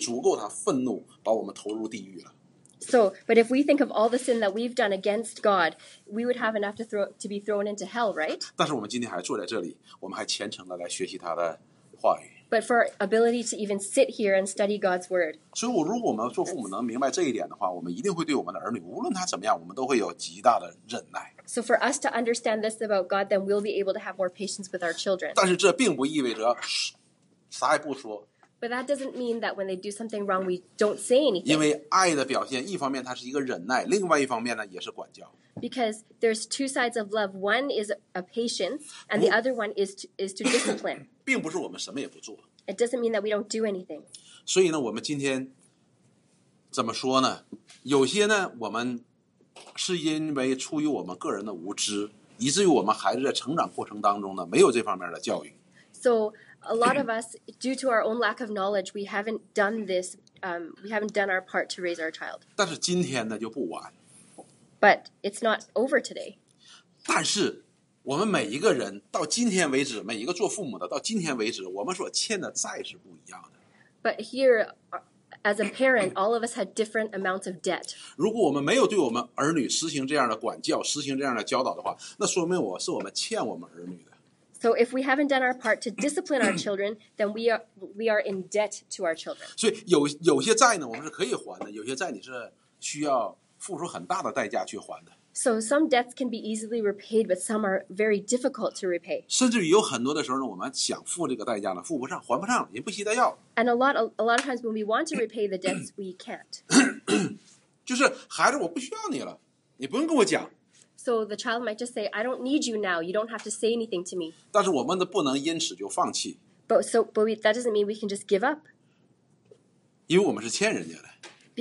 Speaker 1: 足够他愤怒，把我们投入地狱了。
Speaker 2: So, but if we think of all the sin that we've done against God, we would have enough to throw to be thrown into hell, right?
Speaker 1: 但是我们今天还坐在这里，我们还虔诚的来学习他的话语。
Speaker 2: But for our ability to even sit here and study God's word.
Speaker 1: 所以，我如果我们做父母能明白这一点的话，我们一定会对我们的儿女，无论他怎么样，我们都会有极大的忍耐。
Speaker 2: So, for us to understand this about God, then we'll be able to have more patience with our children.
Speaker 1: 但是这并不意味着嘘啥也不说，
Speaker 2: But that doesn't mean that when they do something wrong, we don't say
Speaker 1: 因
Speaker 2: anything.
Speaker 1: 为爱的表现，一方面它是一个忍耐，另外一方面呢也是管教。
Speaker 2: Because there's two sides of love. One is a patience, and the other one is to, is to discipline.
Speaker 1: 并不是我们什么也不做。
Speaker 2: It doesn't mean that we don't do anything.
Speaker 1: 所以呢，我们今天怎么说呢？有些呢，我们是因为出于我们个人的无知，以至于我们孩子在成长过程当中呢，没有这方面的教育。
Speaker 2: So a lot of us, due to our own lack of knowledge, we haven't done this. Um, we haven't done our part to raise our child.
Speaker 1: 但是今天呢，就不晚。
Speaker 2: But it's not over today.
Speaker 1: 但是我们每一个人到今天为止，每一个做父母的到今天为止，我们所欠的债是不一样的。
Speaker 2: But here, uh, as a parent, all of us had different amounts of debt.
Speaker 1: 如果我们没有对我们儿女实行这样的管教、实行这样的教导的话，那说明我是我们欠我们儿女的。
Speaker 2: So if we haven't done our part to discipline our children, then we are we are in debt to our children.
Speaker 1: 所以有有些债呢，我们是可以还的；有些债你是需要付出很大的代价去还的。
Speaker 2: So some debts can be easily repaid, but some are very difficult to repay.
Speaker 1: 甚至于有很多的时候呢，我们想付这个代价呢，付不上，还不上，人不惜再要。
Speaker 2: And a lot a, lot of times when we want to repay the debts, we can't.
Speaker 1: 就是孩子，我不需要你了，你不用跟我讲。
Speaker 2: So the child might just say, "I don't need you now. You don't have to say anything to me."
Speaker 1: 但是我们呢，不能因此就放弃，
Speaker 2: But so, but we, that doesn't mean we can just give up
Speaker 1: 因为我们是欠人家的，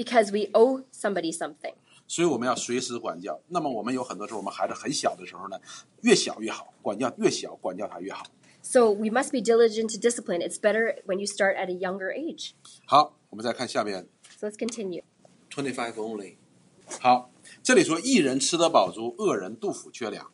Speaker 2: because we owe somebody something.
Speaker 1: 所以我们要随时管教。那么我们有很多时候，我们孩子很小的时候呢，越小越好，管教越小，管教他越好。
Speaker 2: So we must be diligent to discipline. It's better when you start at a younger age.
Speaker 1: 好，我们再看下面
Speaker 2: So let's continue.
Speaker 1: twenty five only。好，这里说一人吃得饱足，恶人肚腹缺粮。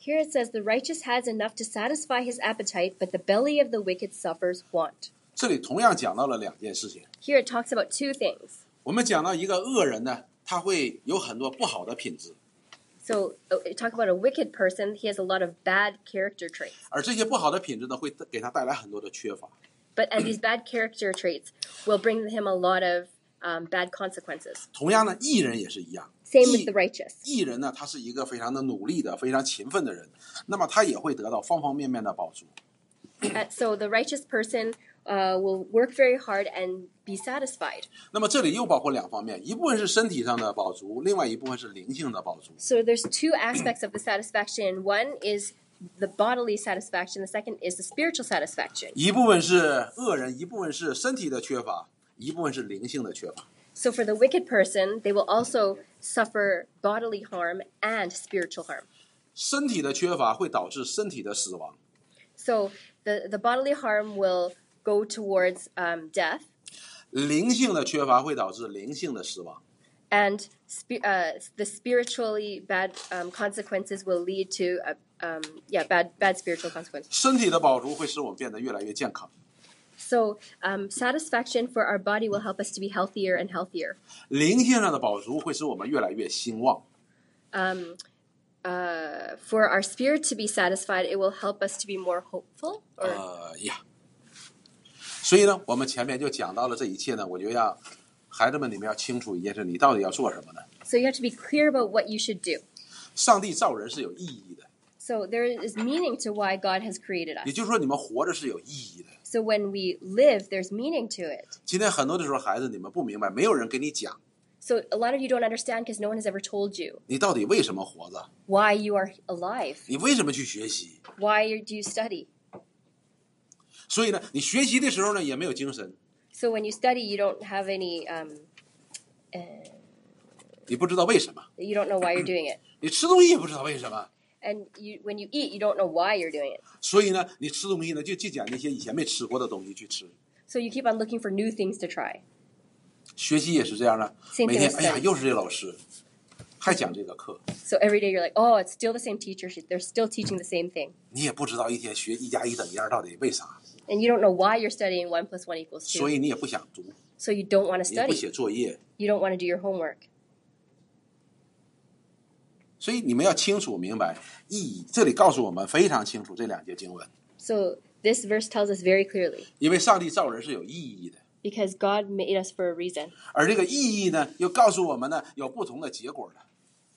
Speaker 2: Here it says, "The righteous has enough to satisfy his appetite, but the belly of the wicked suffers want."
Speaker 1: 这里同样讲到了两件事情。
Speaker 2: Here it talks about two things.
Speaker 1: 我们讲到一个恶人呢，他会有很多不好的品质，
Speaker 2: So uh, it talk about a wicked person. He has a lot of bad character traits,
Speaker 1: 而这些不好的品质呢，会给他带来很多的缺乏。
Speaker 2: but and these bad character traits will bring him a lot of um, bad consequences.
Speaker 1: 同样呢，艺人也是一样。
Speaker 2: Same with
Speaker 1: 艺
Speaker 2: the righteous.
Speaker 1: 艺人呢，他是一个非常的努力的、非常勤奋的人，那么他也会得到方方面面的宝足。
Speaker 2: Uh, so the righteous person uh, will work very hard and be satisfied.
Speaker 1: 那么这里又包括两方面，一部分是身体上的宝足，另外一部分是灵性的宝足。
Speaker 2: So there's two aspects of the satisfaction. One is the bodily satisfaction. The second is the spiritual satisfaction.
Speaker 1: 一部分是恶人，一部分是身体的缺乏，一部分是灵性的缺乏。
Speaker 2: So for the wicked person, they will also suffer bodily harm and spiritual harm.
Speaker 1: 身体的缺乏会导致身体的死亡，
Speaker 2: So the, the bodily harm will go towards um, death,
Speaker 1: 灵性的缺乏会导致灵性的死亡。
Speaker 2: and spi- uh, the spiritually bad um, consequences will lead to uh, um, yeah bad bad spiritual consequences.
Speaker 1: 身体的饱足会使我们变得越来越健康，
Speaker 2: So, um, satisfaction for our body will help us to be healthier and healthier.
Speaker 1: 灵性上的饱足会使我们越来越兴旺。
Speaker 2: Um, uh, for our spirit to be satisfied, it will help us to be more hopeful. Or,
Speaker 1: 呃呀，所以呢，我们前面就讲到了这一切呢，我就让孩子们你们要清楚一件事：你到底要做什么呢？
Speaker 2: so, you have to be clear about what you should do.
Speaker 1: 上帝造人是有意义的，
Speaker 2: So, there is meaning to why God has created
Speaker 1: 也
Speaker 2: us.
Speaker 1: 就是说你们活着是有意义的。
Speaker 2: So, when we live, there's meaning to it.
Speaker 1: 今天很多的时候，孩子你们不明白，没有人给你讲
Speaker 2: So, a lot of you don't understand because no one has ever told you
Speaker 1: 你到底为什么活着，
Speaker 2: why you are alive,
Speaker 1: 你为什么去学习。
Speaker 2: why you- do you study.
Speaker 1: 所以呢，你学习的时候呢，也没有精神，
Speaker 2: So, when you study, you don't have any um, uh,
Speaker 1: 你不知道为什么，
Speaker 2: that you don't know why you're doing it.
Speaker 1: 你吃东西也不知道为什么，
Speaker 2: And you, when you eat, you don't know why you're doing it.
Speaker 1: 所以呢，你吃东西呢就去捡那些以前没吃过的东西去吃。
Speaker 2: So you keep on looking for new things to try.
Speaker 1: 学习也是这样的，
Speaker 2: Same thing
Speaker 1: 每天
Speaker 2: with
Speaker 1: 哎呀
Speaker 2: study
Speaker 1: 又是这老师，还讲这个课，
Speaker 2: So every day you're like, oh, it's still the same teacher. She- They're still teaching the same thing.
Speaker 1: 你也不知道一天学一加一等于二到底为啥，
Speaker 2: And you don't know why you're studying 1 plus 1 equals 2.
Speaker 1: 所以你也不想读，
Speaker 2: so you don't want to
Speaker 1: 你也不
Speaker 2: study.
Speaker 1: 写作业，
Speaker 2: You don't want to do your homework.
Speaker 1: 所以你们要清楚明白意义。这里告诉我们非常清楚这两节经文，
Speaker 2: So this verse tells us very clearly
Speaker 1: 因为上帝造人是有意义的，
Speaker 2: because God made us for a reason.
Speaker 1: 而这个意义呢，又告诉我们呢有不同的结果了。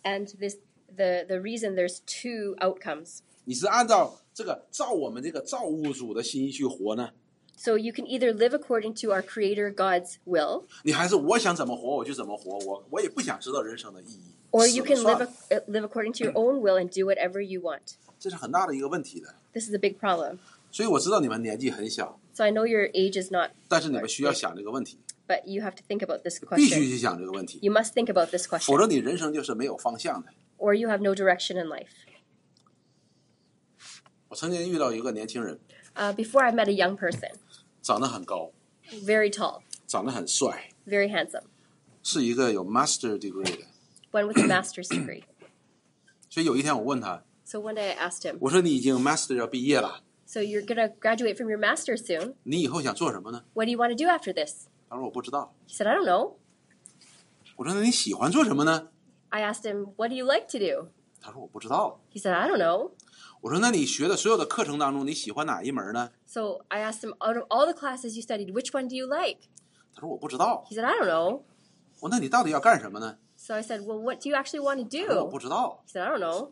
Speaker 2: And this the the reason there's two outcomes.
Speaker 1: 你是按照这个造我们这个造物主的心意去活呢，
Speaker 2: So you can either live according to our creator God's will
Speaker 1: 你还是我想怎么活我就怎么活，我我也不想知道人生的意义，
Speaker 2: or
Speaker 1: 死
Speaker 2: you
Speaker 1: 了
Speaker 2: can
Speaker 1: 算
Speaker 2: live
Speaker 1: 了
Speaker 2: ac- uh, live according to your own will and do whatever you want.
Speaker 1: 这是很大的一个问题的。
Speaker 2: This is a big problem.
Speaker 1: 所以我知道你们年纪很小，
Speaker 2: So I know your age is not
Speaker 1: 但是你们需要想这个问题，
Speaker 2: but you have to think about this
Speaker 1: 必须
Speaker 2: question.
Speaker 1: 去想这个问题，
Speaker 2: You must think about this
Speaker 1: 否
Speaker 2: question
Speaker 1: 则你人生就是没有方向的。
Speaker 2: or you have no direction in life.
Speaker 1: 我曾经遇到一个年轻人，
Speaker 2: Uh, before I met a young person,
Speaker 1: 长得很高，
Speaker 2: very tall,
Speaker 1: 长得很帅，
Speaker 2: very handsome,
Speaker 1: 是一个有 master degree 的。
Speaker 2: one with a master's degree.
Speaker 1: 所以有一天我问他，
Speaker 2: So one day I asked him,
Speaker 1: 我说你已经 master 要毕业了，
Speaker 2: So you're going to graduate from your master's soon.
Speaker 1: 你以后想做什么呢？
Speaker 2: What do you want to do after this?
Speaker 1: 他说我不知道。
Speaker 2: He said, I don't know.
Speaker 1: 我说那你喜欢做什么呢？
Speaker 2: I asked him, What do you like to do?
Speaker 1: 他说我不知道。
Speaker 2: He said, I don't know.
Speaker 1: 我说那你学的所有的课程当中，你喜欢哪一门呢？
Speaker 2: So I asked him, Out of all the classes you studied, which one do you like?
Speaker 1: 他说我不知道。
Speaker 2: He said, I don't know.
Speaker 1: 我说那你到底要干什么呢？
Speaker 2: So I said, Well, what do you actually want to
Speaker 1: 他说我
Speaker 2: do?
Speaker 1: 不知道。
Speaker 2: He said, I don't know.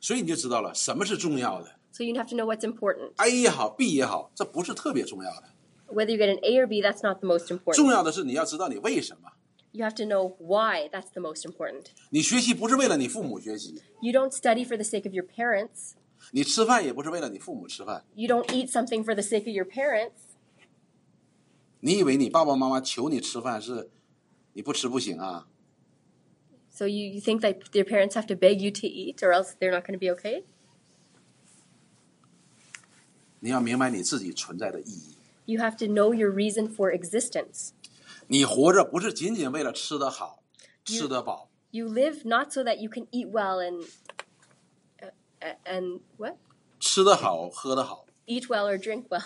Speaker 1: 所以你就知道了什么是重要的。
Speaker 2: So you have to know what's important.
Speaker 1: A 也好，B 也好，这不是特别重要的。
Speaker 2: Whether you get an A or B, that's not the most
Speaker 1: 重
Speaker 2: important.
Speaker 1: 要的是你要知道你为什么。
Speaker 2: You have to know why that's the most important.
Speaker 1: 你学习不是为了你父母学习，
Speaker 2: You don't study for the sake of your parents.
Speaker 1: 你吃饭也不是为了你父母吃饭。
Speaker 2: You don't eat something for the sake of your parents.
Speaker 1: 你以为你爸爸妈妈求你吃饭是你不吃不行啊？
Speaker 2: So you, you think that their parents have to beg you to eat or else they're not going to be okay?
Speaker 1: 你要明白你自己存在的意义。
Speaker 2: You have to know your reason for existence.
Speaker 1: 你活着不是仅仅为了吃得好、吃得饱，
Speaker 2: You live not so that you can eat well and uh, uh, and what?
Speaker 1: 吃得好、喝得好，
Speaker 2: Eat well or drink well.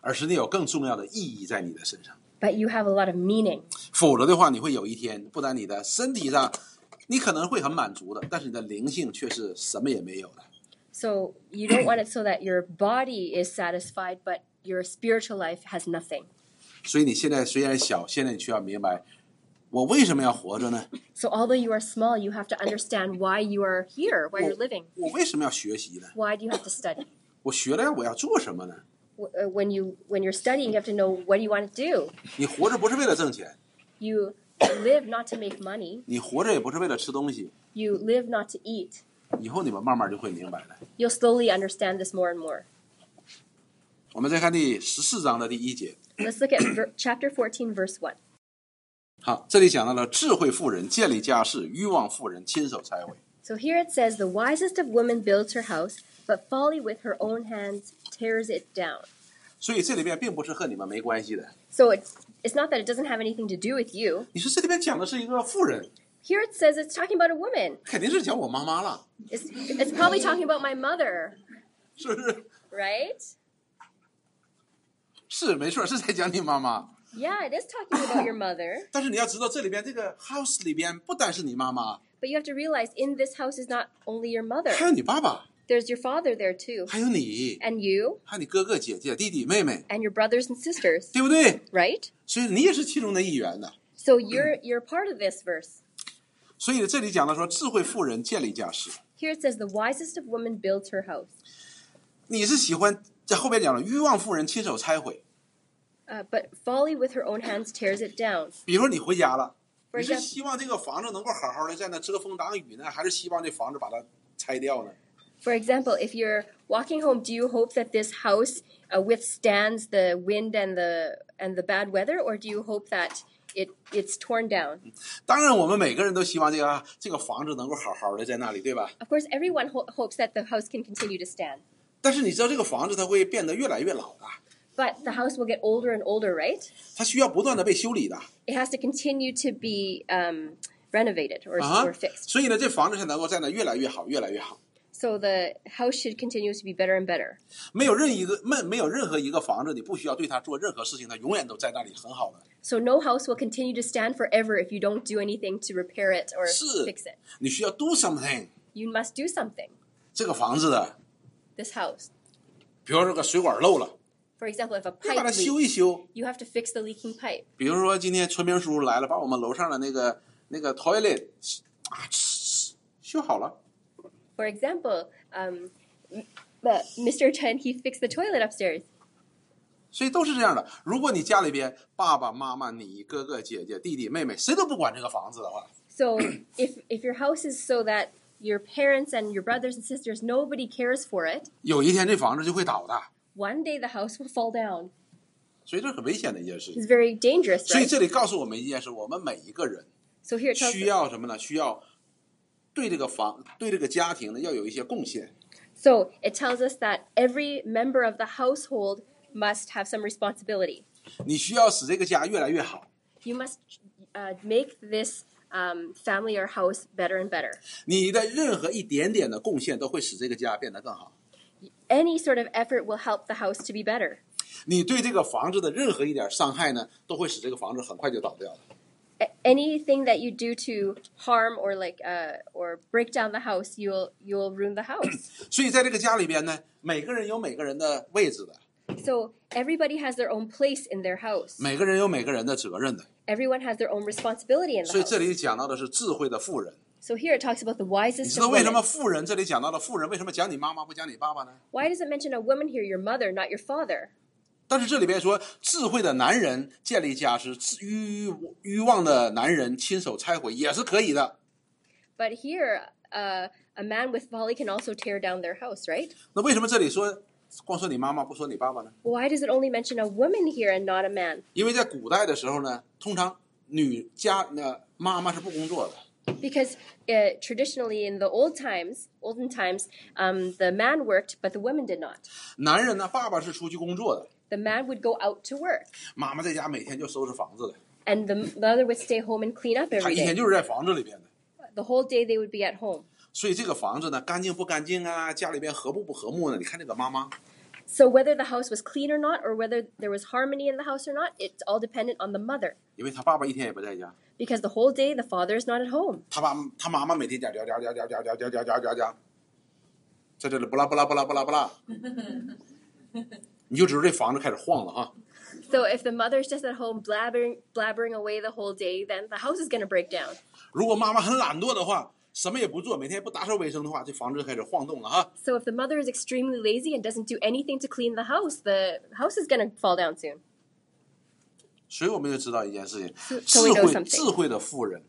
Speaker 1: 而是你有更重要的意义在你的身上。
Speaker 2: But you have a lot of meaning.
Speaker 1: 否则的话，你会有一天，不但你的身体上，你可能会很满足的，但是你的灵性却是什么也没有的。
Speaker 2: So you don't want it so that your body is satisfied but your spiritual life has nothing.
Speaker 1: 所以你现在虽然小，现在你却要明白，我为什么要活着呢？
Speaker 2: So although you are small, you have to understand why you are here, why you're living.
Speaker 1: 我为什么要学习呢？
Speaker 2: Why do you have to study?
Speaker 1: 我学了我要做什么呢？
Speaker 2: W- uh, When you when you're studying, you have to know what do you want to do.
Speaker 1: 你活着不是为了挣钱，
Speaker 2: You live not to make money.
Speaker 1: 你活着也不是为了吃东西。
Speaker 2: You live not to eat.
Speaker 1: 以后你们慢慢就会明白的。
Speaker 2: You'll slowly understand this more and more.
Speaker 1: 我们再看第十四章的第一节，
Speaker 2: Let's look at ver- chapter 14, verse 1.
Speaker 1: 好，这里讲到了智慧妇人建立家室，欲望妇人亲手拆毁。
Speaker 2: So here it says, The wisest of women builds her house, but folly with her own hands tears it down.
Speaker 1: 所以这里边并不是和你们没关系的。
Speaker 2: So it's, it's not that it doesn't have anything to do with you.
Speaker 1: 你说这里边讲的是一个妇人，
Speaker 2: Here it says it's talking about a woman.
Speaker 1: 肯定是讲我妈妈了，
Speaker 2: It's, it's probably talking about my mother,
Speaker 1: 是不是？
Speaker 2: right?
Speaker 1: 是没错，是在讲你妈妈。
Speaker 2: Yeah, it is talking about your mother.
Speaker 1: 但是你要知道，这里边这个 house 里边不单是你妈妈，
Speaker 2: But you have to realize in this house is not only your mother,
Speaker 1: 还有你爸爸，
Speaker 2: there's your father there too,
Speaker 1: 还有你，
Speaker 2: and you,
Speaker 1: 还有你哥哥、姐姐、弟弟、妹妹，
Speaker 2: and your brothers and sisters,
Speaker 1: 对不对？
Speaker 2: right?
Speaker 1: 所以你也是其中的一员的。
Speaker 2: So you're you're part of this verse.
Speaker 1: 所以这里讲到说，智慧妇人建立家室。
Speaker 2: Here it says the wisest of women builds her house,
Speaker 1: 你是喜欢在后边讲了，欲望妇人亲手拆毁。
Speaker 2: uh, but folly with her own hands tears it down.
Speaker 1: 比如说你回家了，
Speaker 2: For
Speaker 1: 你是
Speaker 2: example,
Speaker 1: 希望这个房子能够好好的在那遮风挡雨呢，还是希望这房子把它拆掉呢？
Speaker 2: for example, if you're walking home, do you hope that this house uh, withstands the wind and the and the bad weather, or do you hope that it it's torn down.
Speaker 1: 当然，我们每个人都希望这个啊这个房子能够好好的在那里，对吧？
Speaker 2: Of course, everyone ho- hopes that the house can continue to stand,
Speaker 1: 但是你知道，这个房子它会变得越来越老的，
Speaker 2: but the house will get older and older, right?
Speaker 1: 它需要不断的被修理的
Speaker 2: It has to continue to be um, renovated or,
Speaker 1: 啊
Speaker 2: or。fixed.
Speaker 1: 所以呢，这房子才能够在那越来越好，越来越好。
Speaker 2: So the house should continue to be better and better.
Speaker 1: 没有任一个没没有任何一个房子，你不需要对它做任何事情，它永远都在那里很好的。
Speaker 2: So no house will continue to stand forever if you don't do anything to repair it or
Speaker 1: 是
Speaker 2: fix it.
Speaker 1: 你需要 do something。
Speaker 2: You must do something.
Speaker 1: 这个房子的，
Speaker 2: This house,
Speaker 1: 比方说个水管漏了，
Speaker 2: for example, if a
Speaker 1: 你把
Speaker 2: pipe
Speaker 1: 它
Speaker 2: leaks,
Speaker 1: 修一修。
Speaker 2: you have to fix the leaking pipe.
Speaker 1: 比如说今天村民叔叔来了，把我们楼上的那个那个 toilet 啊呲修好了，
Speaker 2: For example, um, but Mr. Chen he fixed the toilet upstairs.
Speaker 1: 所以都是这样的。如果你家里边爸爸妈妈、你哥哥姐姐、弟弟妹妹谁都不管这个房子的话，
Speaker 2: So if if your house is so that your parents and your brothers and sisters nobody cares for it,
Speaker 1: 有一天这房子就会倒的，
Speaker 2: one day the house will fall down.
Speaker 1: 所以这是很危险的一件事情。
Speaker 2: It's very dangerous,
Speaker 1: 所以
Speaker 2: right?
Speaker 1: 这里告诉我们一件事：我们每一个人
Speaker 2: So here it tells
Speaker 1: 需
Speaker 2: us,
Speaker 1: 要什么呢？需要对这个房、对这个家庭呢，要有一些贡献。
Speaker 2: so it tells us that every member of the household must have some responsibility.
Speaker 1: 你需要使这个家越来越好，
Speaker 2: You must uh, make this um, family or house better and better.
Speaker 1: 你的任何一点点的贡献都会使这个家变得更好。
Speaker 2: Any sort of effort will help the house to be better.
Speaker 1: 你对这个房子的任何一点伤害呢，都会使这个房子很快就倒掉了。
Speaker 2: A- anything that you do to harm or like uh, or break down the house, you'll you'll ruin the house.
Speaker 1: 所以在这个家里边呢，每个人有每个人的位置的，
Speaker 2: so everybody has their own place in their house.
Speaker 1: 每个人有每个人的责任的。
Speaker 2: Everyone has their own responsibility in the
Speaker 1: 所以
Speaker 2: house.
Speaker 1: 这里讲到的是智慧的富人。
Speaker 2: So here it talks about the
Speaker 1: 你
Speaker 2: wisest
Speaker 1: 知道
Speaker 2: of
Speaker 1: 为什么
Speaker 2: women.
Speaker 1: 富人这里讲到了富人，为什么讲你妈妈不讲你爸爸呢？
Speaker 2: Why does it mention a woman here, your mother, not your father?
Speaker 1: 但是这里边说，智慧的男人建立家室，自愚愚妄的男人亲手拆毁也是可以的。
Speaker 2: But here, uh, a man with folly can also tear down their house, right?
Speaker 1: 那为什么这里说光说你妈妈不说你爸爸呢？
Speaker 2: Why does it only mention a woman here and not a man?
Speaker 1: 因为在古代的时候呢，通常女家那妈妈是不工作的。
Speaker 2: Because uh, traditionally, in the old times, olden times, um, the man worked, but the women did not.
Speaker 1: 男人呢，爸爸是出去工作的，
Speaker 2: The man would go out to work,
Speaker 1: 妈妈在家每天就收拾房子的，
Speaker 2: and the mother would stay home and clean up
Speaker 1: 她
Speaker 2: every
Speaker 1: 一天
Speaker 2: day.
Speaker 1: 就是在房子里边的。
Speaker 2: The whole day they would be at home.
Speaker 1: 所以这个房子呢，干净不干净啊？家里边和睦不和睦呢？你看这个妈妈，
Speaker 2: So whether the house was clean or not, or whether there was harmony in the house or not, it's all dependent on the mother.
Speaker 1: 因为她爸爸一天也不在家，
Speaker 2: Because the whole day the father is not at home.
Speaker 1: 她爸她妈妈每天讲讲讲讲讲讲讲讲讲讲讲讲，在这里不啦不啦不啦不啦不啦，你就知道这房子开始晃了啊！
Speaker 2: So if the mother's just at home blabbering blabbering away the whole day, then the house is going to break down.
Speaker 1: 如果妈妈很懒惰的话，什么也不做，每天也不打扫卫生的话，这房子就开始晃动了啊哈。
Speaker 2: So if the mother is extremely lazy and doesn't do anything to clean the house, the house is going to fall down soon.
Speaker 1: 所以我们就知道一件事情：
Speaker 2: So we
Speaker 1: 智
Speaker 2: know
Speaker 1: 慧
Speaker 2: something.
Speaker 1: 智慧的富人，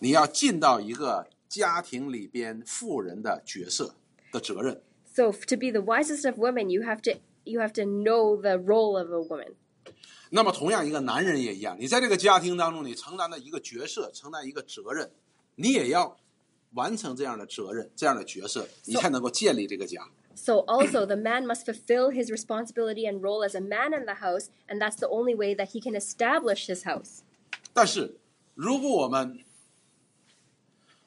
Speaker 1: 你要尽到一个家庭里边富人的角色的责任。
Speaker 2: So f- to be the wisest of women, you have to you have to know the role of a woman.
Speaker 1: 那么，同样一个男人也一样，你在这个家庭当中，你承担的一个角色，承担一个责任，你也要完成这样的责任、这样的角色，你才能够建立这个家。
Speaker 2: So also the man must fulfill his responsibility and role as a man in the house, and that's the only way that he can establish his house.
Speaker 1: 但是，如果我们，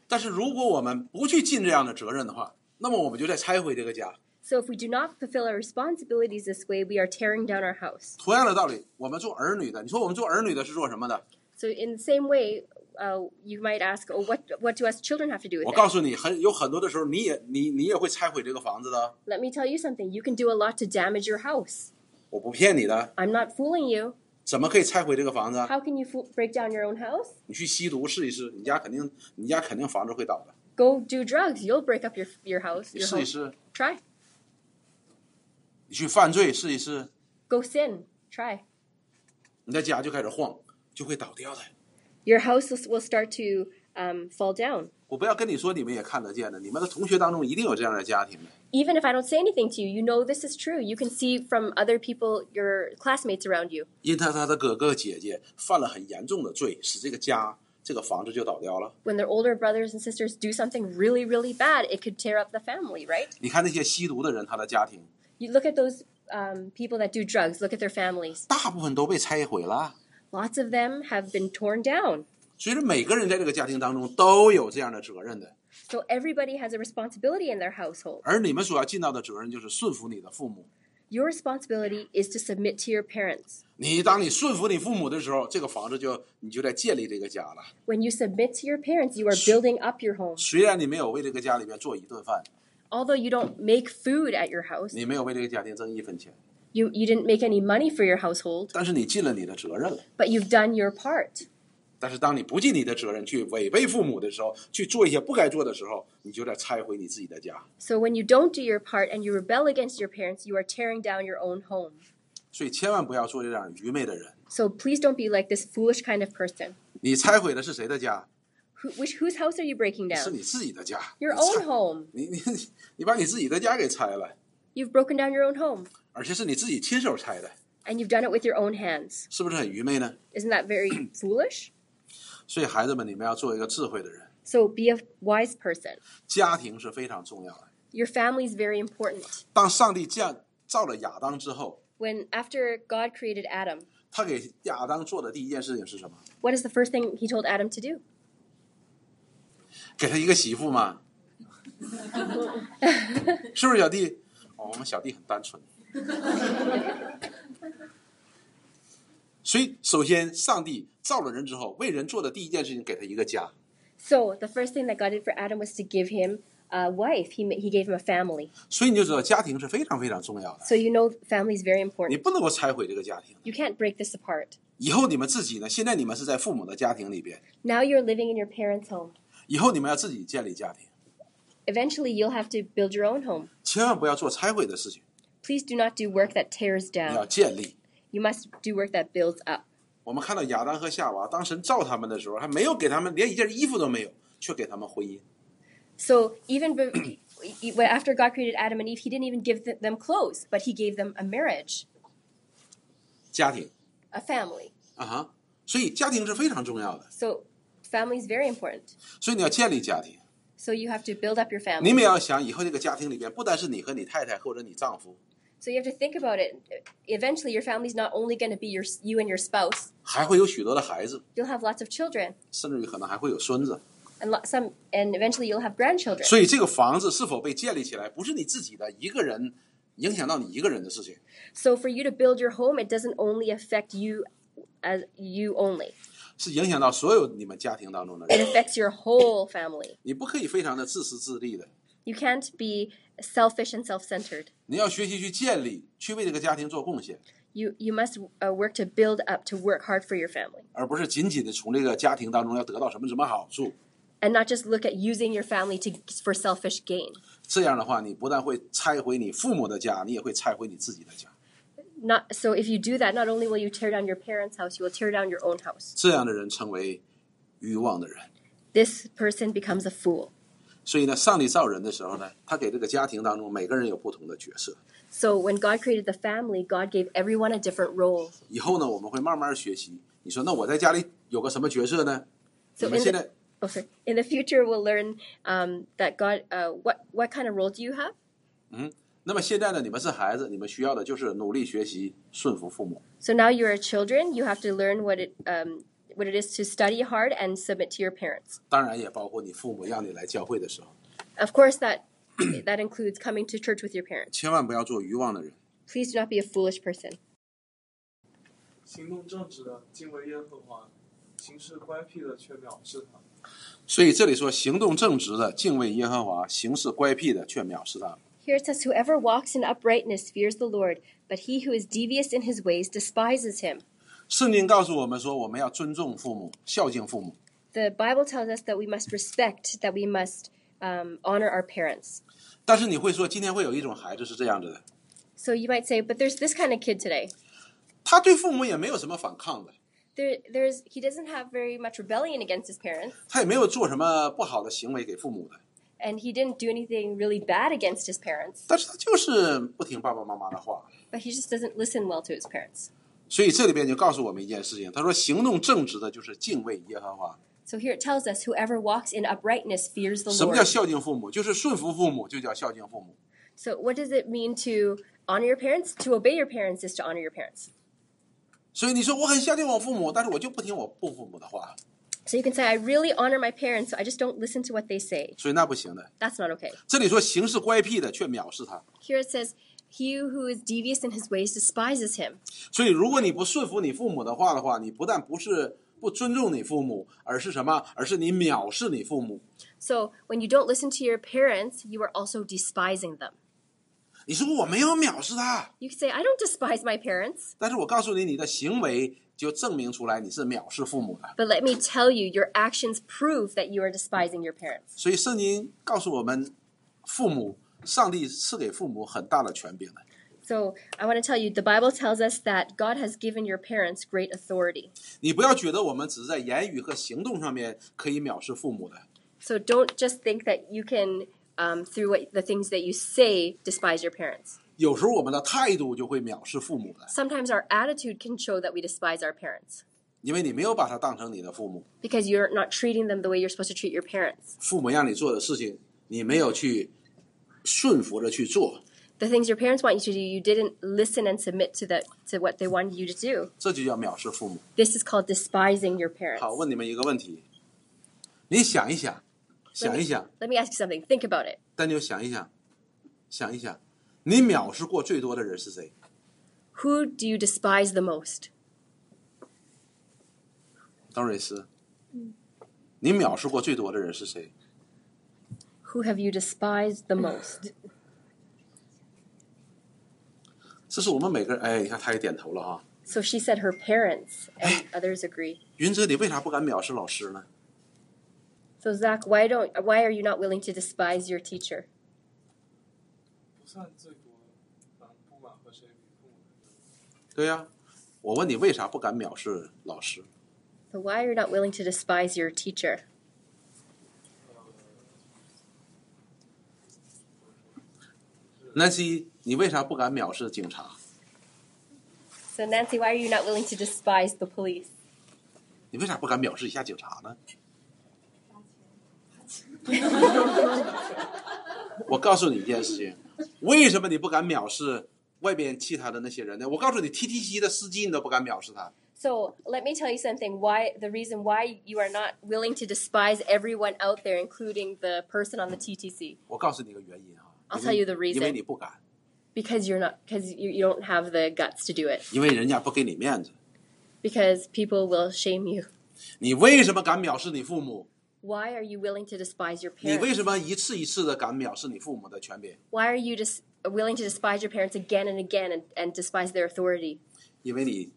Speaker 1: 但是如果我们不去尽这样的责任的话，那么我们就在拆毁这个家。
Speaker 2: So if we do not fulfill our responsibilities this way, we are tearing down our house.
Speaker 1: 同样的道理，我们做儿女的，你说我们做儿女的是做什么的？
Speaker 2: So in the same way, uh, you might ask, oh, what what do us children have to do
Speaker 1: 我
Speaker 2: with
Speaker 1: 告
Speaker 2: it?
Speaker 1: 诉你，很有很多的时候，你也你你也会拆毁这个房子的，
Speaker 2: Let me tell you something. You can do a lot to damage your house.
Speaker 1: 我不骗你的。
Speaker 2: I'm not fooling you.
Speaker 1: 怎么可以拆毁这个房子啊？
Speaker 2: How can you fo- break down your own house?
Speaker 1: 你去吸毒试一试，你家肯定你家肯定房子会倒的，
Speaker 2: Go do drugs. You'll break up your your house.
Speaker 1: 你
Speaker 2: Your
Speaker 1: 试一
Speaker 2: home.
Speaker 1: 试。
Speaker 2: Try.
Speaker 1: 你去犯罪试一试，
Speaker 2: Go sin. Try.
Speaker 1: 你在家就开始晃，就会倒掉的。
Speaker 2: Your house will- will start to um, fall down.
Speaker 1: 我不要跟你说，你们也看得见的，你们的同学当中一定有这样的家庭的。
Speaker 2: Even if I don't say anything to you, you know this is true. You can see from other people, your classmates around you.
Speaker 1: 因他他的哥哥姐姐犯了很严重的罪，使这个家这个房子就倒掉了。
Speaker 2: When their older brothers and sisters do something really, really bad, it could tear up the family, right?
Speaker 1: 你看那些吸毒的人，他的家庭
Speaker 2: You look at those um, people that do drugs, look at their families.
Speaker 1: 大部分都被拆毁了。
Speaker 2: Lots of them have been torn down.
Speaker 1: 所以说，每个人在这个家庭当中都有这样的责任的。
Speaker 2: So everybody has a responsibility in their household.
Speaker 1: 而你们所要尽到的责任就是顺服你的父母。
Speaker 2: Your responsibility is to submit to your parents.
Speaker 1: 你当你顺服你父母的时候，这个房子就你就在建立这个家了。
Speaker 2: When you submit to your parents, you are building up your home.
Speaker 1: 虽然你没有为这个家里边做一顿饭，
Speaker 2: Although you don't make food at your house,
Speaker 1: 你没有为这个家庭挣一分钱，
Speaker 2: you, you didn't make any money for your household,
Speaker 1: 但是你尽了你的责任了。
Speaker 2: but you've done your part.
Speaker 1: 但是当你不尽你的责任，去违背父母的时候，去做一些不该做的时候，你就在拆毁你自己的家。
Speaker 2: So when you don't do your part and you rebel against your parents, you are tearing down your own home.
Speaker 1: 所以千万不要做这样愚昧的人。
Speaker 2: So please don't be like this foolish kind of person.
Speaker 1: 你拆毁的是谁的家？
Speaker 2: Who, which whose house are you breaking
Speaker 1: 是
Speaker 2: down?
Speaker 1: 你自己的家。
Speaker 2: Your
Speaker 1: 你 拆
Speaker 2: own home.
Speaker 1: 你你你你把你自己的家给拆了，
Speaker 2: You've broken down your own home,
Speaker 1: 而且是你自己亲手拆的，
Speaker 2: and you've done it with your own hands.
Speaker 1: 是不是很愚昧呢？
Speaker 2: Isn't that very foolish?
Speaker 1: 所以孩子们，你们要做一个智慧的人。
Speaker 2: So be a wise person.
Speaker 1: 家庭是非常重要的。
Speaker 2: Your family is very important.
Speaker 1: 当上帝降造了亚当之后，
Speaker 2: When after God created Adam,
Speaker 1: 他给亚当做的第一件事情是什么？
Speaker 2: what is the first thing He told Adam to do?
Speaker 1: 给他一个媳妇嘛，是不是小弟？哦，我们小弟很单纯。所以，首先，上帝造了人之后，为人做的第一件事情，给他一个家。
Speaker 2: So the first thing that God did for Adam was to give him a wife. He ma- He gave him a family.
Speaker 1: 所以你就知道，家庭是非常非常重要的。
Speaker 2: So you know family is very
Speaker 1: 你
Speaker 2: important.
Speaker 1: 不能够拆毁这个家庭。
Speaker 2: You can't break this apart.
Speaker 1: 以后你们自己呢？现在你们是在父母的家庭里边，
Speaker 2: Now you're living in your parents' home.
Speaker 1: 以后你们要自己建立家庭，
Speaker 2: Eventually, you'll have to build your own home.
Speaker 1: 千万不要做拆毁的事情，
Speaker 2: Please do not do work that tears
Speaker 1: 你要
Speaker 2: down.
Speaker 1: 建立。
Speaker 2: You must do work that builds up.
Speaker 1: 我们看到亚当和夏娃，当神造他们的时候，还没有给他们连一件衣服都没有，却给他们婚姻。
Speaker 2: So even be- e- e- after God created Adam and Eve, He didn't even give th- them clothes, but He gave them a marriage,
Speaker 1: 家庭
Speaker 2: a family.
Speaker 1: 啊哈，所以家庭是非常重要的，
Speaker 2: So family is very important.
Speaker 1: 所以你要建立家庭。
Speaker 2: So you have to build up your
Speaker 1: 你
Speaker 2: family.
Speaker 1: 们也要想，以后这个家庭里边，不单是你和你太太或者你丈夫，
Speaker 2: So you have to think about it. Eventually, your family's not only going to be your you and your spouse.
Speaker 1: 还会有许多的孩子，
Speaker 2: You'll have lots of children,
Speaker 1: 甚至于可能还会有孙子。
Speaker 2: and lo- some, and eventually you'll have grandchildren.
Speaker 1: 所以这个房子是否被建立起来，不是你自己的一个人影响到你一个人的事情。
Speaker 2: So for you to build your home, it doesn't only affect you as you only.
Speaker 1: 是影响到所有你们家庭当中的
Speaker 2: It
Speaker 1: 人。
Speaker 2: affects your whole family.
Speaker 1: 你不可以非常的自私自利的，
Speaker 2: You can't be selfish and self-centered.
Speaker 1: 你要学习去建立，去为这个家庭做贡献，
Speaker 2: You you must uh, work to build up to work hard for your family
Speaker 1: 而不是仅仅的从这个家庭当中要得到什么什么好处。
Speaker 2: and not just look at using your family to for selfish gain.
Speaker 1: 这样的话，你不但会拆毁你父母的家，你也会拆毁你自己的家。
Speaker 2: Not so if you do that, not only will you tear down your parents' house, you will tear down your own house.
Speaker 1: 这样的人成为欲望的人。
Speaker 2: This person becomes a fool.
Speaker 1: 所以呢，上帝造人的时候呢，他给这个家庭当中每个人有不同的角色。
Speaker 2: So when God created the family, God gave everyone a different role.
Speaker 1: 以后呢，我们会慢慢学习。你说，那我在家里有个什么角色呢？
Speaker 2: So
Speaker 1: 你们
Speaker 2: in
Speaker 1: 现
Speaker 2: the,
Speaker 1: 在
Speaker 2: oh, sorry. in the future, we'll learn um, that God. Uh, what what kind of role do you have?
Speaker 1: 那么现在呢？你们是孩子，你们需要的就是努力学习，顺服父母。
Speaker 2: So now you're children. You have to learn what it um, what it is to study hard and submit to your parents.
Speaker 1: 当然也包括你父母让你来教会的时候，
Speaker 2: Of course, that that includes coming to church with your parents.
Speaker 1: 千万不要做愚妄的人。
Speaker 2: Please do not be a foolish person.
Speaker 3: 行动正直的敬畏耶和华，行事乖僻的却藐视他。
Speaker 1: 所以这里说，行动正直的敬畏耶和华，行事乖僻的却藐视他。
Speaker 2: Here it says, "Whoever walks in uprightness fears the Lord, but he who is devious in his ways despises him."
Speaker 1: 圣经告诉我们说，我们要尊重父母，孝敬父母。
Speaker 2: The Bible tells us that we must respect, that we must um, honor our parents.
Speaker 1: 但是你会说，今天会有一种孩子是这样子的，
Speaker 2: So you might say, but there's this kind of kid today.
Speaker 1: 他对父母也没有什么反抗的，
Speaker 2: there, there's he doesn't have very much rebellion against his parents,
Speaker 1: 他也没有做什么不好的行为给父母的，
Speaker 2: and he didn't do anything really bad against his parents.
Speaker 1: 但是他就是不听爸爸妈妈的话。
Speaker 2: But he just doesn't listen well to his parents.
Speaker 1: 所以这里边就告诉我们一件事情，他说行动正直的就是敬畏耶和华。
Speaker 2: So here it tells us whoever walks in uprightness fears the
Speaker 1: 什么叫
Speaker 2: Lord.
Speaker 1: 孝敬父母？就是顺服父母，就叫孝敬父母。
Speaker 2: So what does it mean to honor your parents? To obey your parents is to honor your parents.
Speaker 1: 所以你说我很孝敬我父母，但是我就不听我不父母的话，
Speaker 2: So you can say I really honor my parents, so I just don't listen to what they say.
Speaker 1: 所以那不行的。
Speaker 2: That's not okay.
Speaker 1: 这里说行事乖僻的却藐视他，
Speaker 2: Here it says he who is devious in his ways despises him.
Speaker 1: 所以如果你不顺服你父母的话的话，你不但不是不尊重你父母，而是什么？而是你藐视你父母。
Speaker 2: So when you don't listen to your parents, you are also despising them.
Speaker 1: 你说我没有藐视他，
Speaker 2: You can say, I don't despise my parents,
Speaker 1: 但是我告诉你，你的行为就证明出来你是藐视父母的。
Speaker 2: but let me tell you, your actions prove that you are despising your parents.
Speaker 1: 所以圣经告诉我们，父母，上帝赐给父母很大的权柄的。
Speaker 2: So I want to tell you, the Bible tells us that God has given your parents great authority.
Speaker 1: 你不要觉得我们只是在言语和行动上面可以藐视父母的，
Speaker 2: So don't just think that you can, um, through what, the things that you say, despise your parents.
Speaker 1: 有时候我们的态度就会藐视父母的，
Speaker 2: Sometimes our attitude can show that we despise our parents
Speaker 1: 因为你没有把他当成你的父母，
Speaker 2: because you're not treating them the way you're supposed to treat your parents.
Speaker 1: 父母让你做的事情，你没有去顺服着去做，
Speaker 2: The things your parents want you to do, you didn't listen and submit to that to what they wanted you to do.
Speaker 1: 这就叫藐视父母。
Speaker 2: This is called despising your parents.
Speaker 1: 好，问你们一个问题，你想一想，想一想，
Speaker 2: Let me ask you something. Think about it.
Speaker 1: 但就想一想，想一想，你藐视过最多的人是谁？
Speaker 2: Who do you despise the most?
Speaker 1: 张瑞思，你藐视过最多的人是谁？
Speaker 2: Who have you despised the most?
Speaker 1: 这是我们每个人，哎，你看他也点头了哈。
Speaker 2: So she said her parents, and others agree.
Speaker 1: 云哲，你为啥不敢藐视老师呢？
Speaker 2: So Zach, why don't why are you not willing to despise your teacher?
Speaker 3: 不算最多，反正不管和谁比，父母的
Speaker 1: 对呀、我问你为啥不敢藐视老师？
Speaker 2: So why are you not willing to despise your teacher?
Speaker 3: 呃
Speaker 1: 南希，你为啥不敢藐视警察？
Speaker 2: So Nancy, why are you not willing to despise the police?
Speaker 1: 你为啥不敢藐视一下警察呢？我告诉你一件事情，为什么你不敢藐视外边其他的那些人呢？我告诉你，TTC 的司机你都不敢藐视他，
Speaker 2: So let me tell you something. Why the reason why you are not willing to despise everyone out there, including the person on the TTC,
Speaker 1: 我告诉你一个原因啊
Speaker 2: I'll
Speaker 1: 因为
Speaker 2: tell you the reason.
Speaker 1: 因为你不敢，
Speaker 2: because you're not because you, you don't have the guts to do it.
Speaker 1: 因为人家不给你面子。
Speaker 2: Because people will shame you.
Speaker 1: 你为什么敢藐视你父母？
Speaker 2: Why are you willing to despise your
Speaker 1: 你为
Speaker 2: parents?
Speaker 1: 什么一次一次的敢藐视你父母的权柄？
Speaker 2: Why are you just willing to despise your parents again and again and, and despise their authority?
Speaker 1: 因为你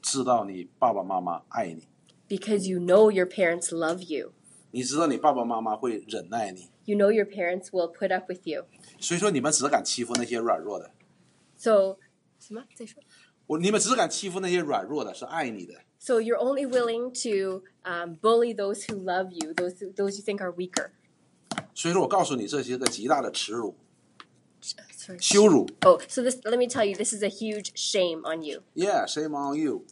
Speaker 1: 知道你爸爸妈妈爱你，
Speaker 2: Because you know your parents love you.
Speaker 1: 你知道你爸爸妈妈会忍耐你，
Speaker 2: You know your parents will put up with you.
Speaker 1: 所以说你们只敢欺负那些软弱的，
Speaker 2: So,
Speaker 1: 我你们只敢欺负那些软弱的，是爱你的。
Speaker 2: so you're only willing to um, bully those who love you, those who, those you think are weaker.
Speaker 1: 所以说我告诉你，这是个极大的耻辱、
Speaker 2: Sorry.
Speaker 1: 羞辱。
Speaker 2: Oh, so this let me tell you, this is a huge shame on you.
Speaker 1: Yeah, shame on you。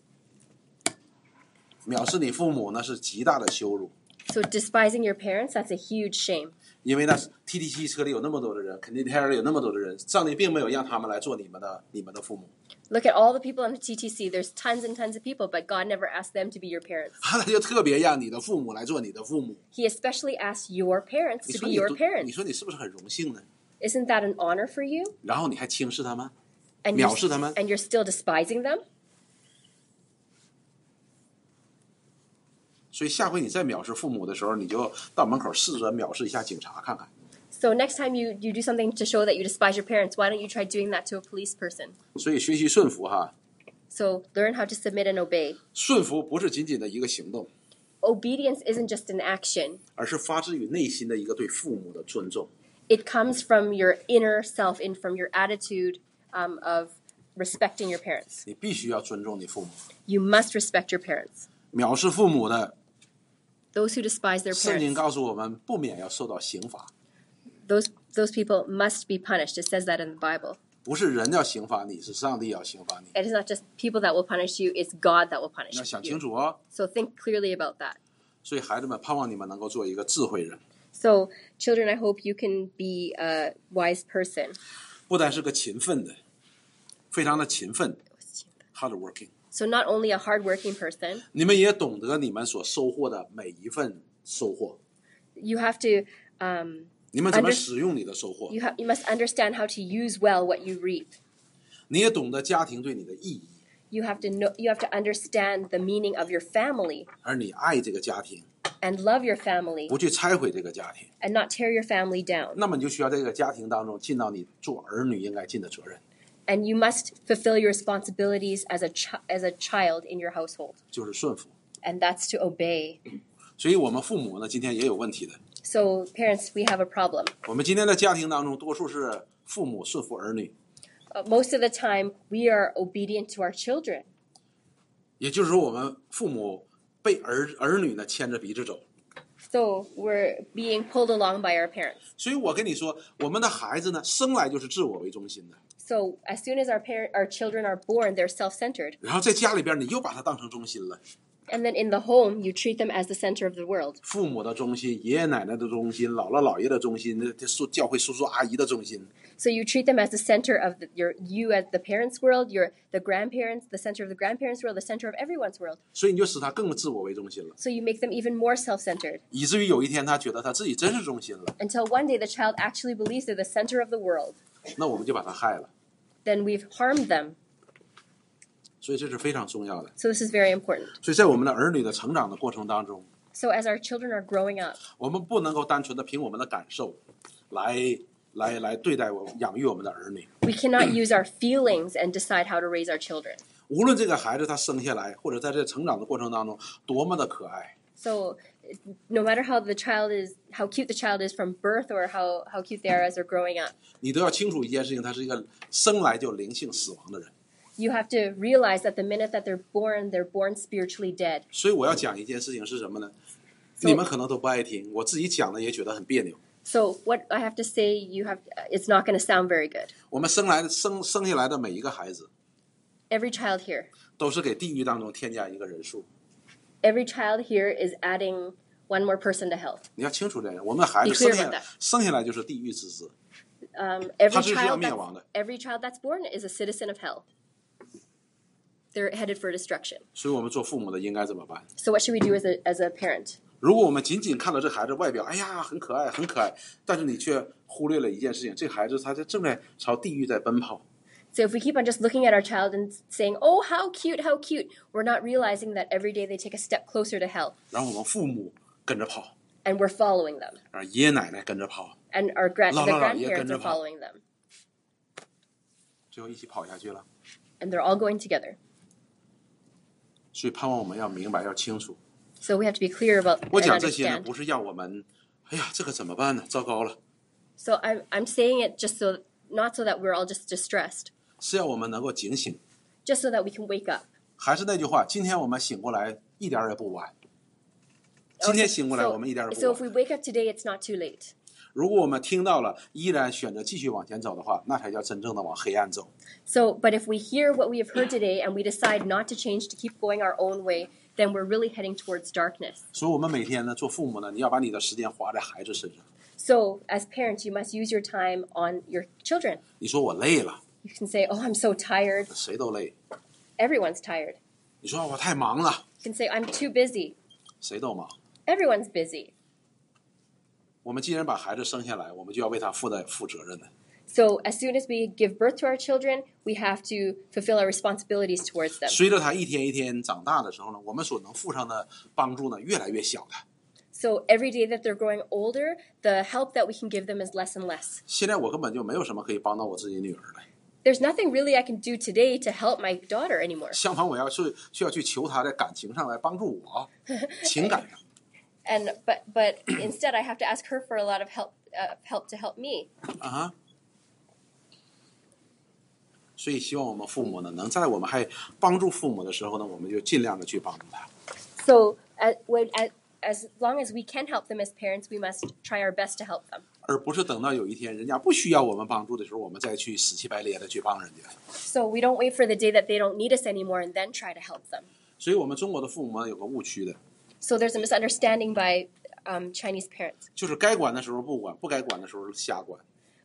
Speaker 1: 藐视你父母那是极大的羞辱，
Speaker 2: So despising your parents, that's a huge shame.
Speaker 1: 因为那是 TTC 车里有那么多的人，肯尼迪海里有那么多的人，上帝并没有让他们来做你们的你们的父母，
Speaker 2: Look at all the people on the TTC. There's tons and tons of people, but God never asked them to be your parents.
Speaker 1: 他就特别让你的父母来做你的父母。
Speaker 2: He especially asked your parents
Speaker 1: 你
Speaker 2: to
Speaker 1: 说
Speaker 2: be
Speaker 1: 你
Speaker 2: your
Speaker 1: 多你
Speaker 2: parents.
Speaker 1: 说你是不是很荣幸呢？
Speaker 2: Isn't that an honor for you?
Speaker 1: 然后你还轻视他们，
Speaker 2: And you're,
Speaker 1: 藐视他们。
Speaker 2: and you're still despising them?
Speaker 1: 所以下回你再藐视父母的时候，你就到门口试着藐视一下警察看看。
Speaker 2: So next time you, you do something to show that you despise your parents, why don't you try doing that to a police person?
Speaker 1: 所以学习顺服哈，
Speaker 2: So learn how to submit and obey.
Speaker 1: 顺服不是仅仅的一个行动，
Speaker 2: Obedience isn't just an action.
Speaker 1: 而是发自于内心的一个对父母的尊重。
Speaker 2: It comes from your inner self and from your attitude um, of respecting your parents.
Speaker 1: 你必须要尊重你父母。
Speaker 2: You must respect your parents.
Speaker 1: 藐视父母的，
Speaker 2: Those who despise their
Speaker 1: 圣经
Speaker 2: parents,
Speaker 1: 告诉我们，不免要受到刑罚。
Speaker 2: those those people must be punished. It says that in the Bible.
Speaker 1: 不是人要刑罚你，是上帝要刑罚你。
Speaker 2: It is not just people that will punish you; it's God that will punish
Speaker 1: 你要想清
Speaker 2: you.
Speaker 1: 楚哦。
Speaker 2: So think clearly about that.
Speaker 1: 所以，孩子们，盼望你们能够做一个智慧人，
Speaker 2: So, children, I hope you can be a wise person.
Speaker 1: 不单是个勤奋的，非常的勤奋，hard working。
Speaker 2: So, not only a hardworking person,
Speaker 1: 你们也懂得你们所收获的每一份收获，
Speaker 2: you have to um,
Speaker 1: 你们怎么
Speaker 2: Under-
Speaker 1: 使用你的收获，
Speaker 2: you have you must understand how to use well what you reap.
Speaker 1: 你也懂得家庭对你的意义，
Speaker 2: You have to know you have to understand the meaning of your family
Speaker 1: 而你爱这个家庭，
Speaker 2: and love your family
Speaker 1: 不去拆毁这个家庭，
Speaker 2: and not tear your family down.
Speaker 1: 那么你就需要在这个家庭当中尽到你做儿女应该尽的责任，
Speaker 2: And you must fulfill your responsibilities as a chi- as a child in your household,
Speaker 1: 就是顺服。
Speaker 2: and that's to obey.
Speaker 1: 所以，我们父母呢，今天也有问题的。
Speaker 2: So, parents, we have a problem.
Speaker 1: 我们今天的家庭当中，多数是父母顺服儿女，
Speaker 2: Uh, most of the time, we are obedient to our children.
Speaker 1: 也就是说，我们父母被儿儿女呢牵着鼻子走。
Speaker 2: So we're being pulled along by our parents.
Speaker 1: 所以我跟你说，我们的孩子呢，生来就是自我为中心的。
Speaker 2: So as soon as our parent, our children are born, they're self-centered,
Speaker 1: 然后在家里边，你又把他当成中心了。
Speaker 2: and then in the home, you treat them as the center of the world.
Speaker 1: 父母的中心，爷爷奶奶的中心，姥姥姥爷的中心，这这叔教会叔叔阿姨的中心。
Speaker 2: So you treat them as the center of the, your you as the parents' world, your the grandparents, the center of the grandparents' world, the center of everyone's world.
Speaker 1: 所以你就使他更自我为中心了，
Speaker 2: So you make them even more self-centered
Speaker 1: 以至于有一天他觉得他自己真是中心了，
Speaker 2: until one day the child actually believes they're the center of the world.
Speaker 1: 那我们就把他害了。
Speaker 2: Then we've harmed them.
Speaker 1: 所以这是非常重要的。
Speaker 2: So this is very important.
Speaker 1: 所以在我们的儿女的成长的过程当中，
Speaker 2: So as our children are growing up,
Speaker 1: 我们不能够单纯的凭我们的感受来来来对待我养育我们的儿女。
Speaker 2: we cannot use our feelings and decide how to raise our children.
Speaker 1: 无论这个孩子他生下来，或者在这成长的过程当中多么的可爱，
Speaker 2: So, no matter how the child is, how cute the child is from birth, or how how cute they are as they're growing up,
Speaker 1: 你都要清楚一件事情：他是一个生来就灵性死亡的人。
Speaker 2: you have to realize that the minute that they're born, they're born spiritually dead.
Speaker 1: 所以我要讲一件事情是什么呢？
Speaker 2: So-
Speaker 1: 你们可能都不爱听，我自己讲的也觉得很别扭。
Speaker 2: So, what I have to say, you have, it's not going to sound very good.
Speaker 1: 我们生来的生生下来的每一个孩子，
Speaker 2: Every child here,
Speaker 1: 都是给地狱当中添加一个人数。
Speaker 2: every child here is adding one more person to hell.
Speaker 1: 你要清楚这点，我们的孩子
Speaker 2: Be clear
Speaker 1: 生下
Speaker 2: about
Speaker 1: 来
Speaker 2: that.
Speaker 1: 生下来就是地狱之子，
Speaker 2: Um, every
Speaker 1: 他是需要
Speaker 2: child, that's-
Speaker 1: 灭亡的。
Speaker 2: every child that's born is a citizen of hell. They're headed for destruction.
Speaker 1: 所以我们做父母的应该怎么办？
Speaker 2: So, what should we do as a as a parent?
Speaker 1: 如果我们仅仅看到这孩子外表，哎呀，很可爱，很可爱，但是你却忽略了一件事情，这孩子他就正在朝地狱在奔跑。
Speaker 2: So if we keep on just looking at our child and saying, "Oh, how cute, how cute," we're not realizing that every day they take a step closer to hell,
Speaker 1: 然后我们父母跟着跑，
Speaker 2: and we're following them,
Speaker 1: 啊，爷爷奶奶跟着跑，
Speaker 2: and our grand
Speaker 1: La,
Speaker 2: the
Speaker 1: la, la, yeah,
Speaker 2: grandparents
Speaker 1: gonna follow.
Speaker 2: are following them,
Speaker 1: 最后一起跑下去了。
Speaker 2: and they're all going together.
Speaker 1: 所以盼望我们要明白，要清楚。
Speaker 2: So we have to be clear about
Speaker 1: 我
Speaker 2: and
Speaker 1: 讲这些呢，
Speaker 2: understand.
Speaker 1: 不是要我们，哎呀，这可怎么办呢？糟糕了，
Speaker 2: So I'm I'm saying it just so not so that we're all just distressed,
Speaker 1: 是要我们能够警醒。
Speaker 2: just so that we can wake up.
Speaker 1: 还是那句话，今天我们醒过来一点儿也不晚。今
Speaker 2: Also,
Speaker 1: 天醒过来，我们一点儿也
Speaker 2: so, so
Speaker 1: 不晚。
Speaker 2: if we wake up today, it's not too late.
Speaker 1: 如果我们听到了，依然选择继续往前走的话，那才叫真正的往黑暗走。
Speaker 2: So, but if we hear what we have heard today and we decide not to change to keep going our own way, then we're really heading towards darkness.
Speaker 1: 所以，我们每天呢，做父母呢，你要把你的时间花在孩子身上。
Speaker 2: So, as parents, you must use your time on your children.
Speaker 1: 你说我累了，
Speaker 2: You can say, Oh, I'm so tired.
Speaker 1: 谁都累；
Speaker 2: Everyone's tired.
Speaker 1: 你说我太忙了，
Speaker 2: You can say, I'm too busy.
Speaker 1: 谁都忙。
Speaker 2: Everyone's busy.
Speaker 1: 我们既然把孩子生下来，我们就要为他负担负责任的。
Speaker 2: So, as soon as we give birth to our children, we have to fulfill our responsibilities towards them.
Speaker 1: 随着他一天一天长大的时候呢，我们所能负上的帮助呢，越来越小的。
Speaker 2: So, every day that they're growing older, the help that we can give them is less and less.
Speaker 1: 现在我根本就没有什么可以帮到我自己女儿的，
Speaker 2: There's nothing really I can do today to help my daughter anymore.
Speaker 1: 相反，我要是需要去求她在感情上来帮助我，情感上。
Speaker 2: And but but instead, I have to ask her for a lot of help uh, help to help me.
Speaker 1: 啊哈。所以希望我们父母呢，能在我们还帮助父母的时候呢，我们就尽量的去帮助他。
Speaker 2: So, as, when, as, as long as we can help them as parents, we must try our best to help them.
Speaker 1: 而不是等到有一天人家不需要我们帮助的时候，我们再去死乞白咧的去帮人家。
Speaker 2: So, we don't wait for the day that they don't need us anymore and then try to help them.
Speaker 1: 所以，我们中国的父母呢有个误区的，
Speaker 2: So, there's a misunderstanding by um, Chinese parents
Speaker 1: 就是该管的时候不管，不该管的时候瞎管。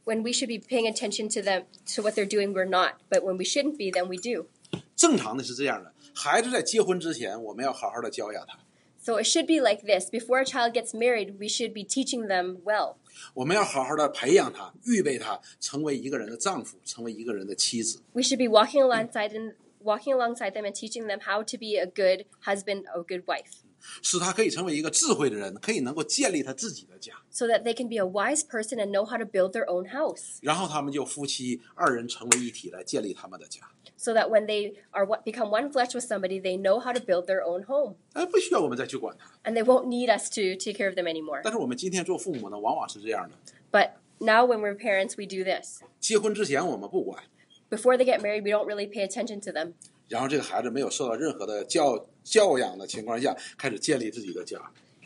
Speaker 2: when we should be paying attention to them to what they're doing, we're not. But when we shouldn't be, then we do.
Speaker 1: 正常的是这样的，孩子在结婚之前，我们要好好的教养他，
Speaker 2: So it should be like this. Before a child gets married, we should be teaching them well.
Speaker 1: 我们要好好的培养他，预备他成为一个人的丈夫，成为一个人的妻子。
Speaker 2: We should be walking alongside and walking alongside them and teaching them how to be a good husband, a good wife,
Speaker 1: 使他可以成为一个智慧的人，可以能够建立他自己的家。
Speaker 2: so that they can be a wise person and know how to build their own house.
Speaker 1: 然后他们就夫妻二人成为一体，来建立他们的家。
Speaker 2: So that when they are what become one flesh with somebody, they know how to build their own home,
Speaker 1: 哎，不需要我们再去管他。
Speaker 2: and they won't need us to take care of them anymore.
Speaker 1: 但是我们今天做父母呢，往往是这样的：
Speaker 2: But now, when we're parents, we do this.
Speaker 1: 结婚之前我们不管，
Speaker 2: Before they get married, we don't really pay attention to them.
Speaker 1: 然后这个孩子没有受到任何的教教养的情况下，开始建立自己的家。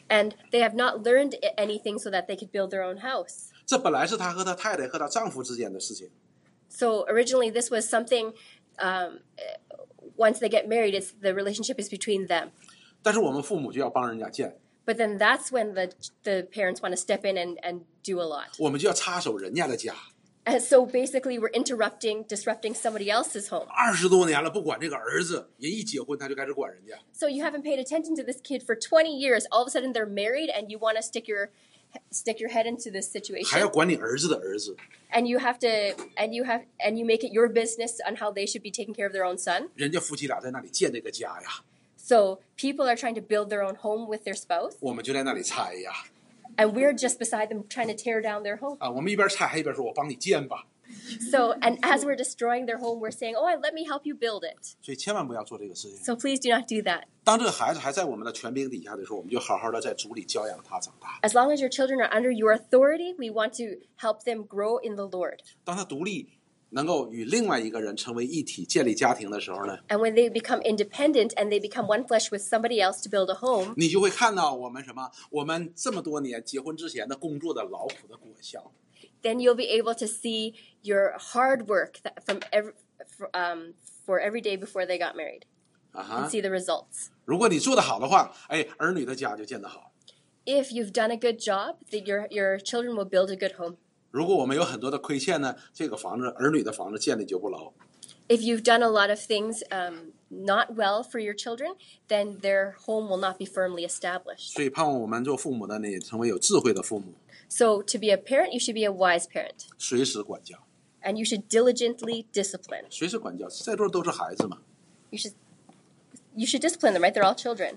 Speaker 2: and they have not learned i- anything so that they could build their own house.
Speaker 1: 这本来是他和他太太和他丈夫之间的事情，
Speaker 2: So originally, this was something. Um, eh, once they get married, it's the relationship is between them.
Speaker 1: 但是我们父母就要帮人家建，
Speaker 2: But then that's when the the parents want to step in and and do a lot.
Speaker 1: 我们就要插手人家的家。
Speaker 2: And so basically, we're interrupting, disrupting somebody else's home.
Speaker 1: 二十多年了，不管这个儿子，人一结婚他就开始管人家。
Speaker 2: So you haven't paid attention to this kid for 20 years. All of a sudden, they're married, and you want to stick your stick your head into this
Speaker 1: 还要
Speaker 2: situation
Speaker 1: 管你儿子的儿子，
Speaker 2: and you have to and you have and you make it your business on how they should be taking care of their own son
Speaker 1: 人家夫妻俩在那里建这个家呀，
Speaker 2: So people are trying to build their own home with their spouse,
Speaker 1: 我们就在那里拆呀。
Speaker 2: and we're just beside them trying to tear down their home.
Speaker 1: 啊，我们一边拆还一边说：“我帮你建吧。
Speaker 2: So, and as we're destroying their home, we're saying, "Oh, let me help you build it." ”
Speaker 1: 所以千万不要做这个事情。
Speaker 2: So please do not do that.
Speaker 1: 当这个孩子还在我们的权柄底下的时候，我们就好好的在主里教养他长大。
Speaker 2: As long as your children are under your authority, we want to help them grow in the Lord.
Speaker 1: 当他独立，能够与另外一个人成为一体，建立家庭的时候呢，
Speaker 2: And when they become independent and they become one flesh with somebody else to build a home,
Speaker 1: 你就会看到我们什么？我们这么多年结婚之前的工作的劳苦的果效。
Speaker 2: then you'll be able to see your hard work that from every, for, um, for every day before they got married
Speaker 1: 啊
Speaker 2: and
Speaker 1: 哈！
Speaker 2: see the results.
Speaker 1: 如果你做得好的话，哎，儿女的家就建得好。
Speaker 2: If you've done a good job, that your your children will build a good home.
Speaker 1: 如果我们有很多的亏欠呢，这个房子儿女的房子建立就不牢。
Speaker 2: if you've done a lot of things um, not well for your children, then their home will not be firmly established.
Speaker 1: 所以盼望我们做父母的呢，也成为有智慧的父母，
Speaker 2: So, to be a parent, you should be a wise parent
Speaker 1: 随时管教，
Speaker 2: and you should diligently discipline.
Speaker 1: 随时管教。在座都是孩子嘛，
Speaker 2: You should you should discipline them, right? They're all children.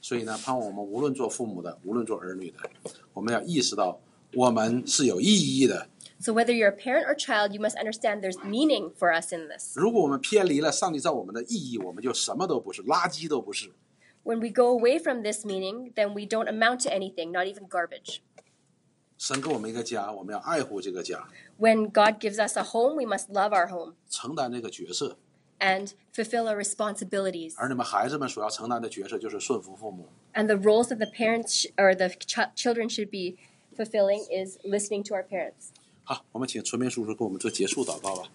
Speaker 1: 所以呢，盼望我们无论做父母的，无论做儿女的，我们要意识到我们是有意义的。
Speaker 2: So, whether you're a parent or child, you must understand there's meaning for us in this.
Speaker 1: 如果我们偏离了上帝造我们的意义，我们就什么都不是，垃圾都不是。
Speaker 2: When we go away from this meaning, then we don't amount to anything, not even garbage.
Speaker 1: 神给我们一个家，我们要爱护这个家，
Speaker 2: When God gives us a home, we must love our home
Speaker 1: 承担这个角色。
Speaker 2: and fulfill our responsibilities.
Speaker 1: 而你们孩子们所要承担的角色就是顺服父母，
Speaker 2: and the roles that the parents sh- or the ch- children should be fulfilling is listening to our parents.
Speaker 1: 好，我们请纯明叔叔给我们做结束祷告吧。